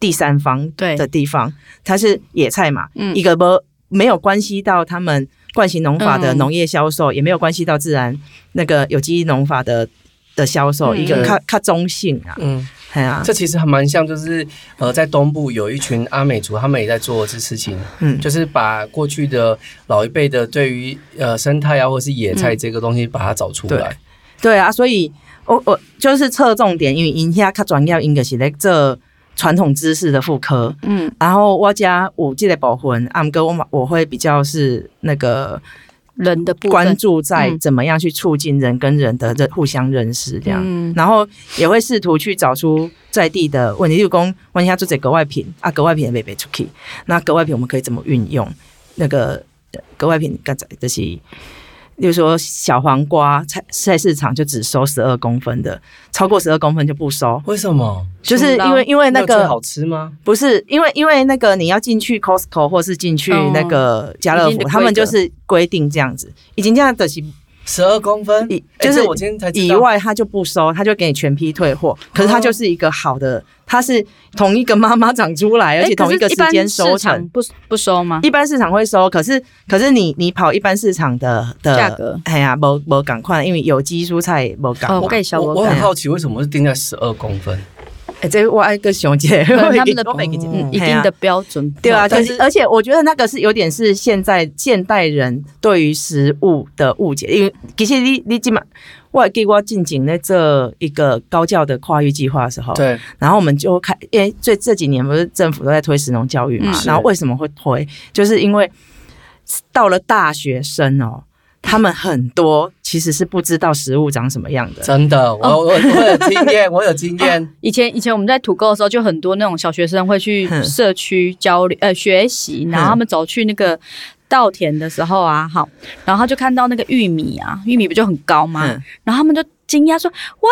S2: 第三方
S3: 对
S2: 的地方，它是野菜嘛，
S3: 嗯
S2: 一个不没有关系到他们惯性农法的
S3: 嗯
S2: 农业销售，也没有关系到自然那个有机农法的的销售，
S3: 嗯
S2: 一个靠靠中性啊，
S1: 嗯，
S2: 哎呀、
S1: 这其实还蛮像，就是呃，在东部有一群阿美族，他们也在做这事情，
S2: 嗯
S1: 就是把过去的老一辈的对于呃生态啊，或者是野
S3: 嗯
S1: 菜这个东西，把它找出来。
S2: 对啊，所以我我就是侧重点，因为因遐较专业，因就是咧做传统知识的妇科。
S3: 嗯
S2: 然后我家有这个部分，啊，毋过我嘛我会比较是那个
S3: 人的部
S2: 关
S3: 分，
S2: 注在
S3: 嗯
S2: 怎么样去促进人跟人的认互相认识这样。
S3: 嗯
S2: 然后也会试图去找出在地的问题，例如讲，问一下做这格外品啊，格外品也被被出去，那格外品我们可以怎么运用？那个呃格外品刚才这些，例如说小黄瓜菜菜市场就只收十二公分的，超过十二公分就不收，
S1: 为什么？
S2: 就是因
S3: 青
S2: 为
S3: 椒
S2: 因为那
S1: 有最
S2: 个
S1: 好吃吗？
S2: 不是因为因为那个你要进去 Costco 或是进去
S3: 哦
S2: 那个家乐
S3: 已经
S2: 福，
S3: 的
S2: 他们
S3: 规
S2: 就
S3: 格
S2: 是规定这样子，已经这样的是
S1: 十二公分
S2: 以，
S1: 哎
S2: 就是
S1: 这我今天才知
S2: 以
S1: 道。
S2: 外，他就不收，他就给你全批退货。可
S3: 哦
S2: 是他就是一个好的，他是同一个妈妈长出来，而且
S3: 诶哎可
S2: 同
S3: 是
S2: 一个时
S3: 般
S2: 间
S3: 市
S2: 收
S3: 场
S2: 成。
S3: 不不收吗？
S2: 一般市场会收，可是可是你你跑一般市场的的
S3: 价格，
S2: 哎呀，没没赶快，因为有机蔬菜没赶快。
S3: 哦我跟你小
S1: 我我很好奇，为什么是定在十二公分？
S2: 哎，这我爱个熊姐，
S3: 能
S2: 我会
S3: 他们的
S2: 我会给
S1: 嗯
S3: 嗯，一
S2: 嘿啊
S3: 定的标准，哦
S2: 对啊，
S1: 但
S2: 就是是而且我觉得那个是有点是现在现代人对于食物的误解，因为其实你你起码我还记得我近景在这一个高教的跨域计划的时候，
S1: 对，
S2: 然后我们就看，因为最这几年不是政府都在推食农教育嘛
S3: 嗯，
S1: 是
S2: 然后为什么会推，就是因为到了大学生哦，他们很多其实是不知道食物长什么样的。
S1: 真的，
S3: 哦
S1: 我我我 有经验，我有经验。
S3: 以前以前我们在土购的时候，就很多那种小学生会去
S2: 哼
S3: 社区交流呃学习，然后他们走去那个稻田的时候啊，好，然后他就看到那个玉米啊，玉米不就很高吗？
S2: 嗯，
S3: 然后他们就惊讶说：“哇，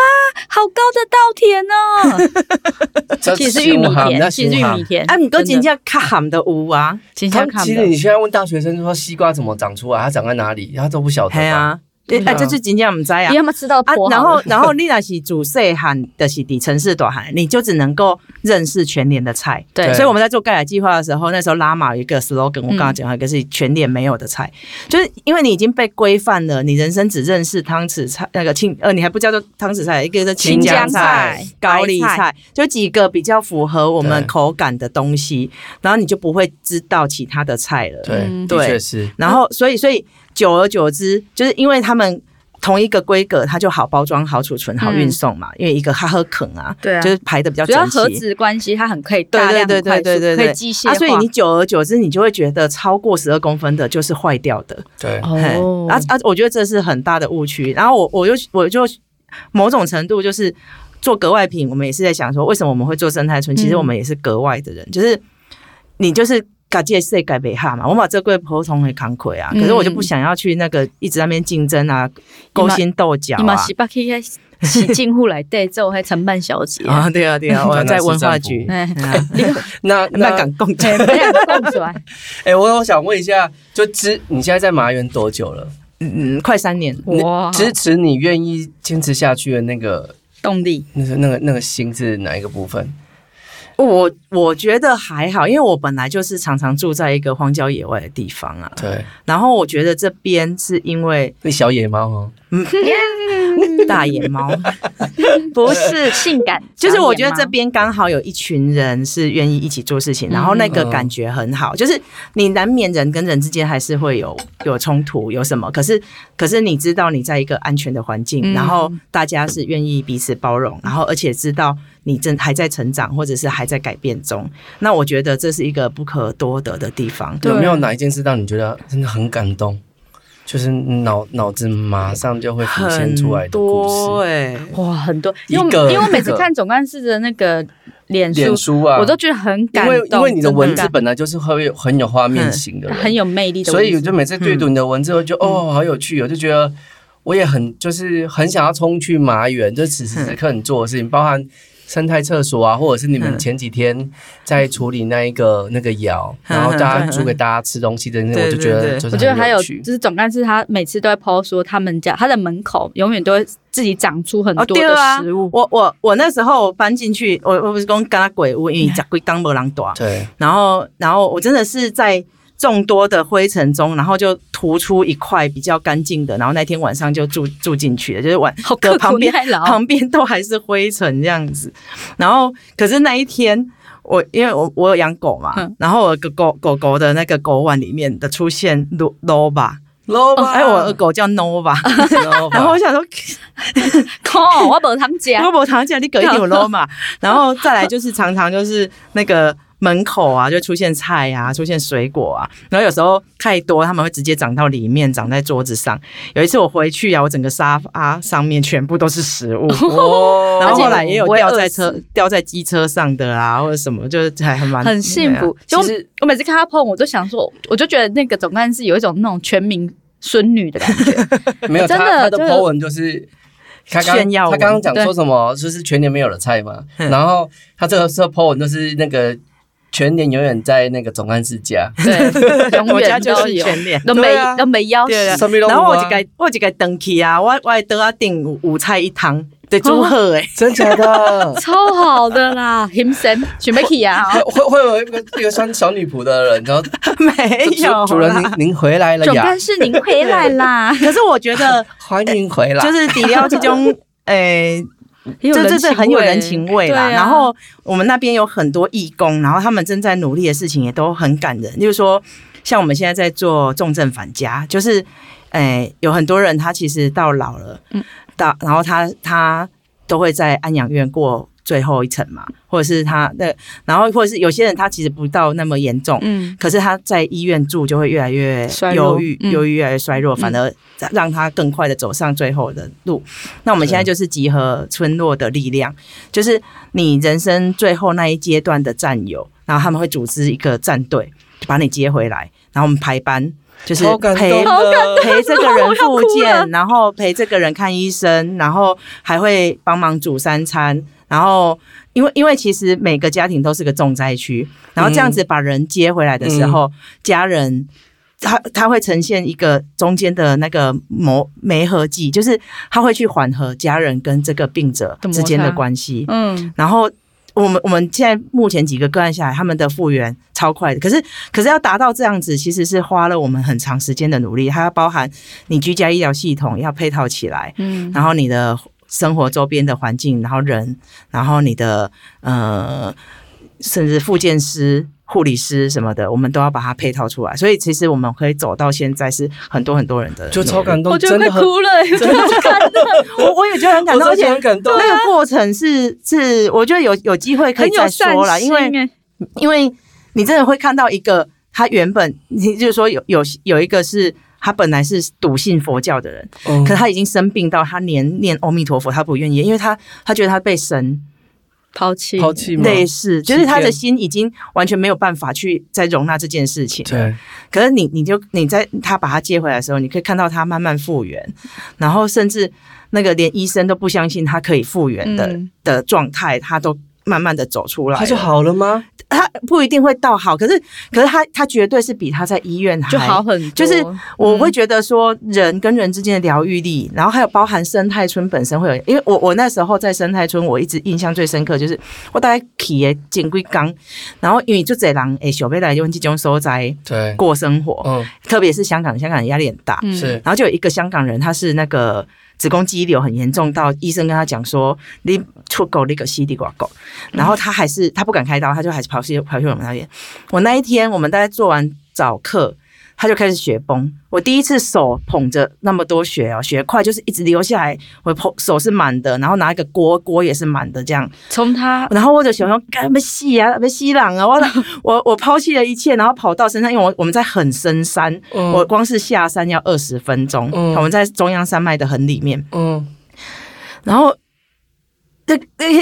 S3: 好高的稻田哦！
S1: 这
S3: 其实是玉米
S1: 新行那
S3: 田，其
S1: 新
S3: 实是玉
S1: 行
S3: 米田。
S2: 啊，你哥
S3: 真的
S2: 真正较含的有啊，
S3: 真
S1: 他
S3: 正
S1: 们
S3: 看
S1: 其
S3: 不
S1: 实
S3: 到
S1: 你现在问大学生说西瓜怎么长出来，它长在哪里，他都不晓得。
S2: 嘿，啊，对
S3: 嗯
S2: 啊，这就真正唔知啊
S3: 因为。他们吃到
S2: 啊
S3: 破，
S2: 然后然后你若是煮细汉，就是底城市大汉，你就只能够认识全年的菜。
S3: 对
S1: 对
S2: 所以我们在做盖亚计划的时候，那时候拉玛有一个 slogan，我刚刚讲到一个是全年没有的菜，就是因为你已经被规范了，你人生只认识汤匙菜那个青呃，你还不叫做汤匙菜，一个叫青江
S1: 青江菜
S2: 高丽
S3: 白
S2: 菜，就几个比较符合我们
S1: 对
S2: 口感的东西，然后你就不会知道其他的菜了。
S1: 对，
S3: 嗯
S1: 的确是。
S2: 然后所以所以久而久之，就是因为他们同一个规格，它就好包装、好储存、好运送嘛。因为一个它喝啃啊，
S3: 对啊
S2: 就是排的比较
S3: 主要
S2: 整
S3: 核
S2: 齐。
S3: 子关系，它很可以
S2: 对
S3: 大量
S2: 对
S3: 很快
S2: 对
S3: 速
S2: 对对对
S3: 可
S2: 对
S3: 以机械
S2: 啊，
S3: 化，
S2: 所以你久而久之，你就会觉得超过十二公分的就是坏掉的。
S1: 对，
S2: 嘿
S3: 哦，
S2: 啊啊，我觉得这是很大的误区。然后我我就我就某种程度就是做格外品，我们也是在想说，为什么我们会做生态村？其实
S3: 嗯
S2: 我们也是格外的人，就是你就是。改界世改北哈嘛，我把这贵普通的扛魁啊，可是我就不
S3: 嗯
S2: 想要去那个一直在那边竞争啊，勾心斗角
S3: 你嘛
S2: 啊
S3: 是把去洗 进户来带走，还承办小姐，
S2: 啊，对啊对 啊，我在文化局，
S3: 哎，
S2: 哎
S1: 那
S2: 那
S1: 那
S2: 敢 共
S3: 对，哎没有供出来，
S1: 哎，我我想问一下，就支你现在在麻园多久了？
S2: 嗯，快三年，
S1: 你
S3: 哇，
S1: 支持你愿意坚持下去的那个、
S3: 动力，
S1: 那个、那个、那个心是哪一个部分？
S2: 我我觉得还好，因为我本来就是常常住在一个荒郊野外的地方啊，
S1: 对，
S2: 然后我觉得这边是因为
S1: 那小野猫哦，
S2: 大野猫， 不是，
S3: 性感，
S2: 就是我觉得
S3: 长
S2: 这
S3: 眼吗
S2: 边刚好有一群人是愿意一起做事情，
S3: 嗯
S2: 然后那个感觉很好，就是你难免人跟人之间还是会有有冲突，有什么，可是可是你知道你在一个安全的环境，
S3: 嗯
S2: 然后大家是愿意彼此包容，然后而且知道你正还在成长或者是还在改变中，那我觉得这是一个不可多得的地方。
S3: 对
S1: 有没有哪一件事让你觉得真的很感动？就是脑脑子马上就会浮现
S2: 很
S1: 出来的故
S2: 多
S1: 事，
S2: 哎、
S3: 哇，很多，
S1: 一
S3: 因为
S1: 个
S3: 因为我每
S1: 一
S3: 次
S1: 个
S3: 看总干事的那个脸书
S1: 脸，书啊，
S3: 我都觉得很
S1: 因
S3: 感
S1: 为
S3: 动，
S1: 因为你的
S3: 真
S1: 文字
S3: 很
S1: 本来就是会有很有画面型的
S3: 感
S1: 人，
S3: 很有魅力的
S1: 所
S3: 文字，
S1: 以我就每次阅
S2: 嗯
S1: 读你的文字，我就、得哦，好有趣哦，就觉得我也很就是很想要冲去麻园，就此
S2: 嗯
S1: 时此刻你做的事情，包含生态厕所啊，或者是你们
S2: 嗯嗯
S1: 前几天在处理那一个那个窑，然后大家煮给大家吃东西的那，
S2: 对
S1: 我就觉得
S2: 对对
S1: 就是
S3: 我觉得还
S1: 很
S3: 有
S1: 有趣
S3: 就。是总干事他每次都在抛说他们家他的门口永远都会自己长出
S1: 哦
S3: 很多
S2: 对
S3: 的
S2: 啊
S3: 食物，
S2: 我我我那时候搬进去，我我不是讲跟他鬼屋， 因为讲鬼刚没人住。啊
S1: 对，
S2: 然后然后我真的是在众多的灰尘中，然后就突出一块比较干净的，然后那天晚上就住住进去了，就是晚
S3: 好啊刻
S2: 旁
S3: 苦
S2: 边
S3: 耐劳，
S2: 旁边都还是灰尘这样子。然后可是那一天。我因为我我有养狗嘛，
S3: 嗯
S2: 然后我的狗狗狗的那个狗碗里面的出现 no- nova，
S1: 萝卜，
S3: 啊
S2: 哎、我哦哎的狗叫 nova，然
S1: 然
S2: 后我想说，
S3: 靠，哦我本汤家
S2: 我无常讲你狗一定有 l o 嘛，然后再来就是常常就是那个门口啊，就出现菜啊，出现水果啊，然后有时候太多，他们会直接长到里面，长在桌子上。有一次我回去啊，我整个沙发上面全部都是食 物，
S1: 哦
S2: 然后后来也有
S3: 我也
S2: 掉
S3: 饿
S2: 在车、掉在机车上的啊，或者什么，就是还还蛮啊
S3: 很幸福。
S1: 其
S3: 就我
S1: 实
S3: 我每次看他碰，我都想说，我就觉得那个总干事有一种那种全民孙女的感觉。
S1: 没有
S3: 真的
S1: 他他的
S3: 就是
S1: po 文就是。他刚
S2: 炫耀
S1: 他
S2: 文
S1: 刚刚讲
S3: 对
S1: 说什么？就是全年没有了菜嘛。然后他这个这 po 文就是那个全年永远在那个总干事家，
S3: 对， 永
S2: 我家
S3: 远
S2: 就
S3: 都
S2: 是
S3: 有，
S2: 全脸
S3: 都没
S2: 对啊
S3: 都没要？
S2: 对啊
S1: 上面都
S2: 然后我
S1: 有啊
S2: 一个我一个登去啊，我我的桌啊顶有有菜一汤，对，祝贺哎诶。
S1: 真假的
S3: 超好 的啦，Himson 准备去啊，
S1: 会会会有一个一个穿小女仆的人，然后
S2: 没
S1: 主
S2: 有
S1: 主 人
S2: 哎啦
S1: 您您回来了
S3: 总
S1: 呀
S3: 干，事您回来 啦，
S2: 可是我觉得，
S1: 欢迎回来。
S2: 就是底料这 种，诶、
S3: 很有
S2: 这这
S3: 人
S2: 这
S3: 情
S2: 很有
S3: 味
S2: 人情味啦。
S3: 对啊
S2: 然后我们那边有很多义工，然后他们正在努力的事情也都很感人，例如说，像我们现在在做重症返家，就是，诶、有很多人他其实到老了，
S3: 嗯
S2: 到然后他他都会在安养院过。最后一层嘛，或者是他的，然后或者是有些人他其实不到那么严重，
S3: 嗯，
S2: 可是他在医院住就会越来越
S3: 衰弱
S2: 忧郁，
S3: 嗯
S2: 忧郁越来越衰弱，
S3: 嗯
S2: 反而让他更快的走上最后的路。那我们现在就是集合村落的力量，就是你人生最后那一阶段的战友，然后他们会组织一个战队把你接回来，然后我们排班，就是
S1: 好感
S2: 陪
S3: 啊
S1: 动的，
S2: 陪这个人复
S3: 我要哭
S2: 健，然后陪这个人看医生，然后还会帮忙煮三餐，然后因为因为其实每个家庭都是个重灾区，然后这样
S3: 嗯
S2: 子把人接回来的时候，家人。他他会呈现一个中间的那个磨媒合剂，就是他会去缓和家人跟这个病者
S3: 的摩擦
S2: 之间的关系。
S3: 嗯，
S2: 然后我们我们现在目前几个个案下来，他们的复原超快的。可是可是要达到这样子，其实是花了我们很长时间的努力，它要包含你居家医疗系统要配套起来，
S3: 嗯，
S2: 然后你的生活周边的环境，然后人，然后你的呃，甚至复健师。护理师什么的，我们都要把它配套出来，所以其实我们可以走到现在是很多很多人的努力，
S1: 就超感动，
S3: 我觉
S1: 真
S3: 得快
S1: 的很，
S3: 哭了，真的看到
S2: 我我也觉得很感
S1: 我
S2: 动，而
S1: 真
S2: 且
S1: 的很感动。
S2: 那个过程是是，我觉得有有机会可以
S3: 很
S2: 再
S3: 有
S2: 说
S3: 善
S2: 啦，
S3: 心，
S2: 因为
S3: 哎
S2: 因为你真的会看到一个他原本，你就是说有有有一个是他本来是笃信佛教的人，
S1: 嗯
S2: 可他已经生病到他连念阿弥陀佛他不愿意，因为他他觉得他被神
S3: 抛弃
S1: 抛弃吗？
S2: 类似，就是
S1: 欺骗
S2: 他的心已经完全没有办法去再容纳这件事情。
S1: 对，
S2: 可是你你就你在他把他接回来的时候，你可以看到他慢慢 复原，然后甚至那个连医生都不相信他可以复原的、
S3: 嗯
S2: 的状态，他都慢慢的走出来了。
S1: 他就好了吗？
S2: 他不一定会到好，可是可是他他绝对是比他在医院还
S3: 就好。很多，
S2: 就是我会
S3: 嗯
S2: 觉得说，人跟人之间的疗愈力，然后还有包含生态村本身会有，因为我我那时候在生态村，我一直印象最深刻就是我大概起的金龟缸，然后因为就这人诶，小贝来用这种所在
S1: 对，
S2: 过生活，
S3: 哦
S1: 嗯，
S2: 特别是香港，香港人压力很大，
S3: 嗯
S1: 是，
S2: 然后就有一个香港人，他是那个子宫肌瘤很严重，到医生跟他讲说你出狗那个西地瓜狗，然后他还是他不敢开刀，他就还是跑去跑去我们那边。我那一天我们大概做完早课，他就开始血崩。我第一次手捧着那么多血哦，血块就是一直流下来，我捧手是满的，然后拿一个锅锅也是满的这样，
S3: 从他
S2: 然后我就想说，干么戏啊，么西朗啊，我我我抛弃了一切，然后跑到深山，因为我我们在很深山，
S1: 嗯
S2: 我光是下山要二十分钟，
S1: 嗯
S2: 我们在中央山脉的很里面，
S1: 嗯，
S2: 然后。那那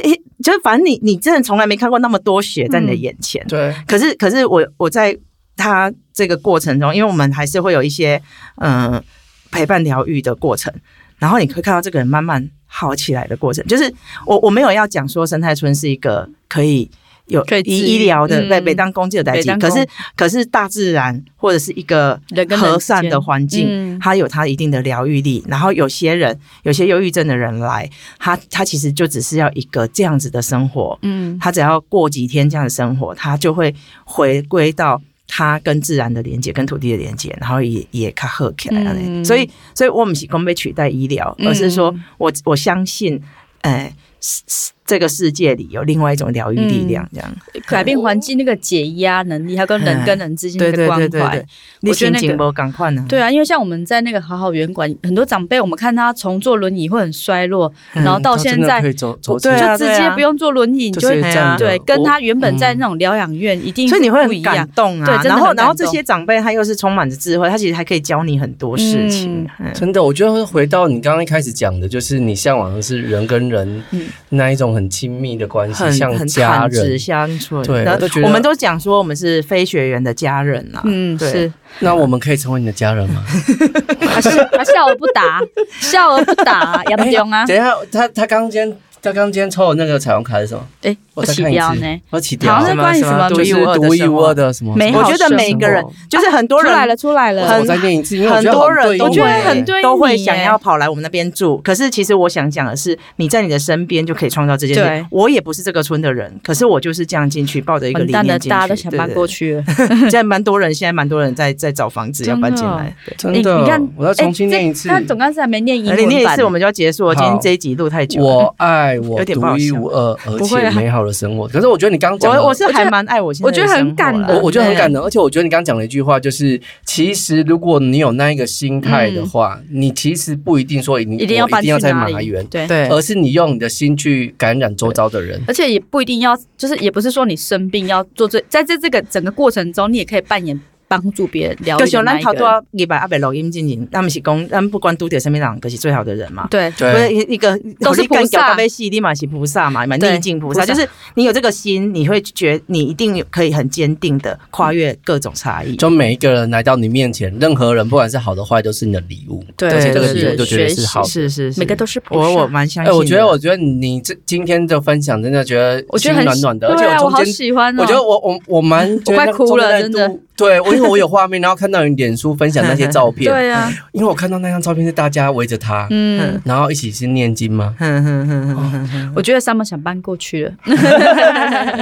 S2: 就是反正你你真的从来没看过那么多血在你
S1: 嗯
S2: 的眼前，
S1: 对，
S2: 可是可是我我在他这个过程中，因为我们还是会有一些嗯、呃陪伴疗愈的过程，然后你会看到这个人慢慢好起来的过程。就是我我没有要讲说生态村是一个可以。有
S3: 可以治愈
S2: 医医疗的
S3: 嗯
S2: 对北当公就有代
S3: 北
S2: 际，
S3: 当
S2: 可
S3: 公
S2: 是可是大自然或者是一个
S3: 人跟人
S2: 和善
S3: 之
S2: 的
S3: 间
S2: 环境
S3: 嗯，
S2: 它有它一定的疗愈力。然后有些人有些忧郁症的人来，他他其实就只是要一个这样子的生活，
S3: 嗯
S2: 他只要过几天这样的生活，他就会回归到他跟自然的连接、跟土地的连接，然后也也卡喝起来了、
S3: 嗯
S2: 所以，所以我们是讲被取代医疗，
S3: 嗯
S2: 而是说我我相信，呃，是是这个世界里有另外一种疗愈力量，这样。
S3: 改变环境那个解压能力，还有跟人跟人之间
S2: 对
S3: 的
S2: 对
S3: 关
S2: 对对
S3: 怀
S2: 对，，你
S3: 觉得
S2: 心
S3: 那
S2: 情
S3: 个
S2: 不赶快呢？
S3: 对啊，因为像我们在那个好好园馆，很多长辈我们看他从坐轮椅会很衰落，
S2: 嗯
S3: 然后到
S1: 他真
S3: 现
S1: 的
S3: 在
S1: 可以走走起
S2: 对
S1: 来，
S2: 啊
S3: 就直接不用坐轮椅，你
S1: 就
S3: 就会
S1: 是这样的
S3: 对，
S1: 我嗯
S3: 跟他原本在那种疗养院一定
S2: 所以你会
S3: 不
S2: 很
S3: 一样
S2: 感。动啊。
S3: 对真的
S2: 然后
S3: 很感
S2: 然后这
S3: 动
S2: 些长辈他又是充满着智慧，他其实还可以教你很多事情。嗯
S1: 真的，我觉得会回到你刚刚一开始讲的，就是你向往的是人跟人
S3: 嗯
S1: 那一种很亲密的关系，
S2: 很
S1: 像
S2: 很
S1: 家
S2: 坦直
S1: 人。
S2: 相处，
S1: 对
S2: 那
S1: 我都觉得
S2: 我们都讲说我们是非学员的家人啊啦，
S3: 嗯，
S2: 对
S3: 是，
S1: 那我们可以成为你的家人吗？
S3: 他笑他笑而不 答，笑而不
S2: 哎
S3: 答，杨不中啊，
S1: 等一下，他他刚今天他刚今天抽的那个彩虹卡是什么？
S3: 哎，
S1: 我
S3: 不
S1: 再
S3: 起
S1: 看一
S3: 标
S1: 次
S3: 呢，，
S1: 我起
S3: 好
S1: 掉
S3: 像是
S1: 了，
S3: 关于什么
S2: 什么
S1: 就
S2: 独一
S1: 是
S2: 无二的
S1: 独一无二
S2: 生活
S1: 的什么？
S3: 美
S2: 我
S3: 好
S2: 觉得
S3: 生
S2: 每一个人
S1: 活，
S2: 就是很多
S3: 出
S2: 人
S3: 来了，出来了
S1: 我，再念一次，因为我
S2: 很
S1: 觉得
S2: 多
S1: 很
S2: 人
S1: 对应
S2: 都
S3: 我觉得
S1: 欸
S3: 很对
S2: 都会
S3: 你
S2: 想
S3: 耶
S2: 要跑来我们那边住。可是其实我想讲的是，你在你的身边就可以创造这件
S3: 对
S2: 事。我也不是这个村的人，可是我就是这样进去，抱着一个
S3: 完
S2: 理
S3: 蛋了，
S2: 念进去。
S3: 大家都想搬过
S2: 去，
S3: 去了。
S2: 现在蛮多人，现在蛮多人在 在找房子要搬进来。
S1: 真的
S3: 哎你看，
S1: 我要重新
S3: 哎这
S1: 念一次。
S3: 他总干事还没念英
S2: 那
S3: 文
S2: 哎你
S3: 版，
S2: 念一次，我们就要结束了。今
S1: 好
S2: 天这一集录太久了。
S1: 我爱我
S2: 有点不
S1: 独
S2: 好
S1: 一
S2: 笑
S1: 无二而
S3: 不会
S1: 且
S3: 啊
S1: 美好的生活。可是我觉得你刚刚
S2: 我
S1: 讲的，
S2: 我是还蛮爱我现在的
S3: 我觉得很
S2: 生活啦
S3: 感人
S1: 我我觉得很感
S2: 对
S1: 人，而且我觉得你刚刚讲了一句话，就是其实如果你有那一个心态的话，你其实不一定说一定
S3: 嗯一定要
S1: 我
S3: 搬
S1: 一
S3: 去
S1: 定要在
S3: 哪
S1: 马
S3: 里
S1: 园，
S3: 对。
S2: 对，
S1: 而是你用你的心去感染周遭的人。
S3: 而且也不一定要，就是也不是说你生病要做最，在这这个整个过程中，你也可以扮演帮助别人疗愈
S2: 就
S3: 的
S2: 像
S3: 那
S2: 咱
S3: 一
S2: 头
S3: 个
S2: 拄
S3: 人。
S2: 啊，二百阿伯录音进行，咱们是讲，咱不管拄着什么人，就是最好的人嘛。
S3: 对，
S2: 不是
S1: 对，
S2: 一个
S3: 都是
S2: 有你干
S3: 菩萨
S2: 掉到被吸，立马是菩萨嘛，嘛
S3: 对
S2: 逆境菩萨，
S3: 菩萨
S2: 就是你有这个心，你会觉你一定可以很坚定的跨越各种差异。
S1: 就每一个人来到你面前，任何人不管是好的坏，都是你的礼物。
S3: 对
S1: 而且
S2: 对
S1: 这个
S2: 是
S1: 礼物就觉得
S3: 学习
S1: 是好的。
S2: 是是
S3: 每个都是菩萨
S2: 我我蛮相
S1: 哎、
S2: 信的。
S1: 我觉得，我觉得你这今天的分享真的觉得
S3: 我觉
S1: 心
S3: 得很
S1: 暖暖的，而且
S3: 对啊，
S1: 我
S3: 好
S1: 中间
S3: 喜欢哦。
S1: 我觉得我我我蛮 觉得
S3: 快
S1: 那个
S3: 哭
S1: 中
S3: 了
S1: 间
S3: 真
S1: 度
S3: 的。
S1: 对，我因为我有画面，然后看到你脸书分享那些照片，
S3: 对 啊，
S1: 因为我看到那张照片是大家围着他，
S3: 嗯，
S1: 然后一起是念经 吗？
S2: 哼哼哼哼哼哼
S3: 我觉得 Summer 想搬过 去了。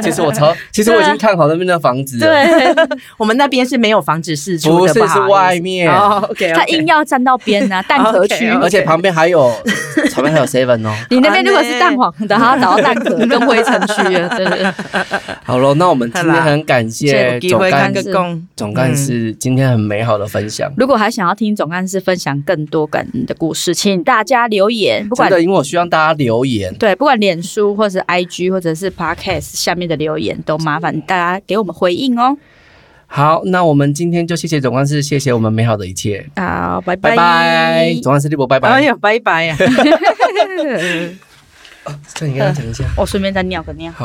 S1: 其实我超，其实我已经看好那边的房子
S2: 啊
S1: 了，
S3: 对，
S2: 我们那边是没有防止释出
S1: 不
S2: 的，
S1: 是是外
S2: 面。
S1: 面，
S2: 哦，OK，
S3: 他硬要站到边 啊，蛋壳区。
S2: OK，OK
S1: 而且旁边还有旁边还有 seven 哦。
S3: 你那边如果是蛋黄的，他要找到蛋 壳跟灰尘区了，对对对。
S1: 好了，那我们今天很感谢
S2: 有机
S1: 总
S2: 会
S1: 干
S2: 看个嗯
S1: 事，
S2: 工，
S1: 总干事今天很美好的分享。
S3: 如果还想要听总干事分享更多感人的故事，请大家留言，不
S1: 真
S3: 管
S1: 的，因为我希望大家留言，
S3: 对，不管脸书或者是 IG 或者是 Podcast 下面的留言，都麻烦大家给我们回应哦。
S1: 好，那我们今天就谢谢总干事，谢谢我们美好的一切，
S3: 好，啊拜
S1: 拜拜，总干事立博，拜
S2: 哎
S1: 拜。
S2: 呦，拜拜 呀！
S1: 这你跟他讲 一下，
S3: 我顺便再尿个尿。
S1: 好，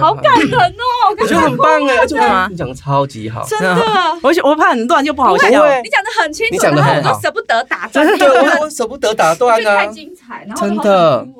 S1: 好
S2: 啊
S1: 感
S3: 人哦，
S1: 我觉得很棒哎，就
S2: 真的吗
S1: 你讲得超级好，
S3: 真的，
S2: 我我怕很乱就不好
S1: 不会
S2: 笑。
S3: 你讲的很清
S1: 你
S3: 楚，
S1: 讲得
S3: 然后
S1: 很
S3: 我
S1: 好
S3: 都舍不得打断
S1: 对
S3: 你，
S1: 我我舍不得打断
S3: 就
S1: 啊
S3: 太，精彩，然后
S1: 真
S3: 我好
S1: 的
S3: 想哭哦。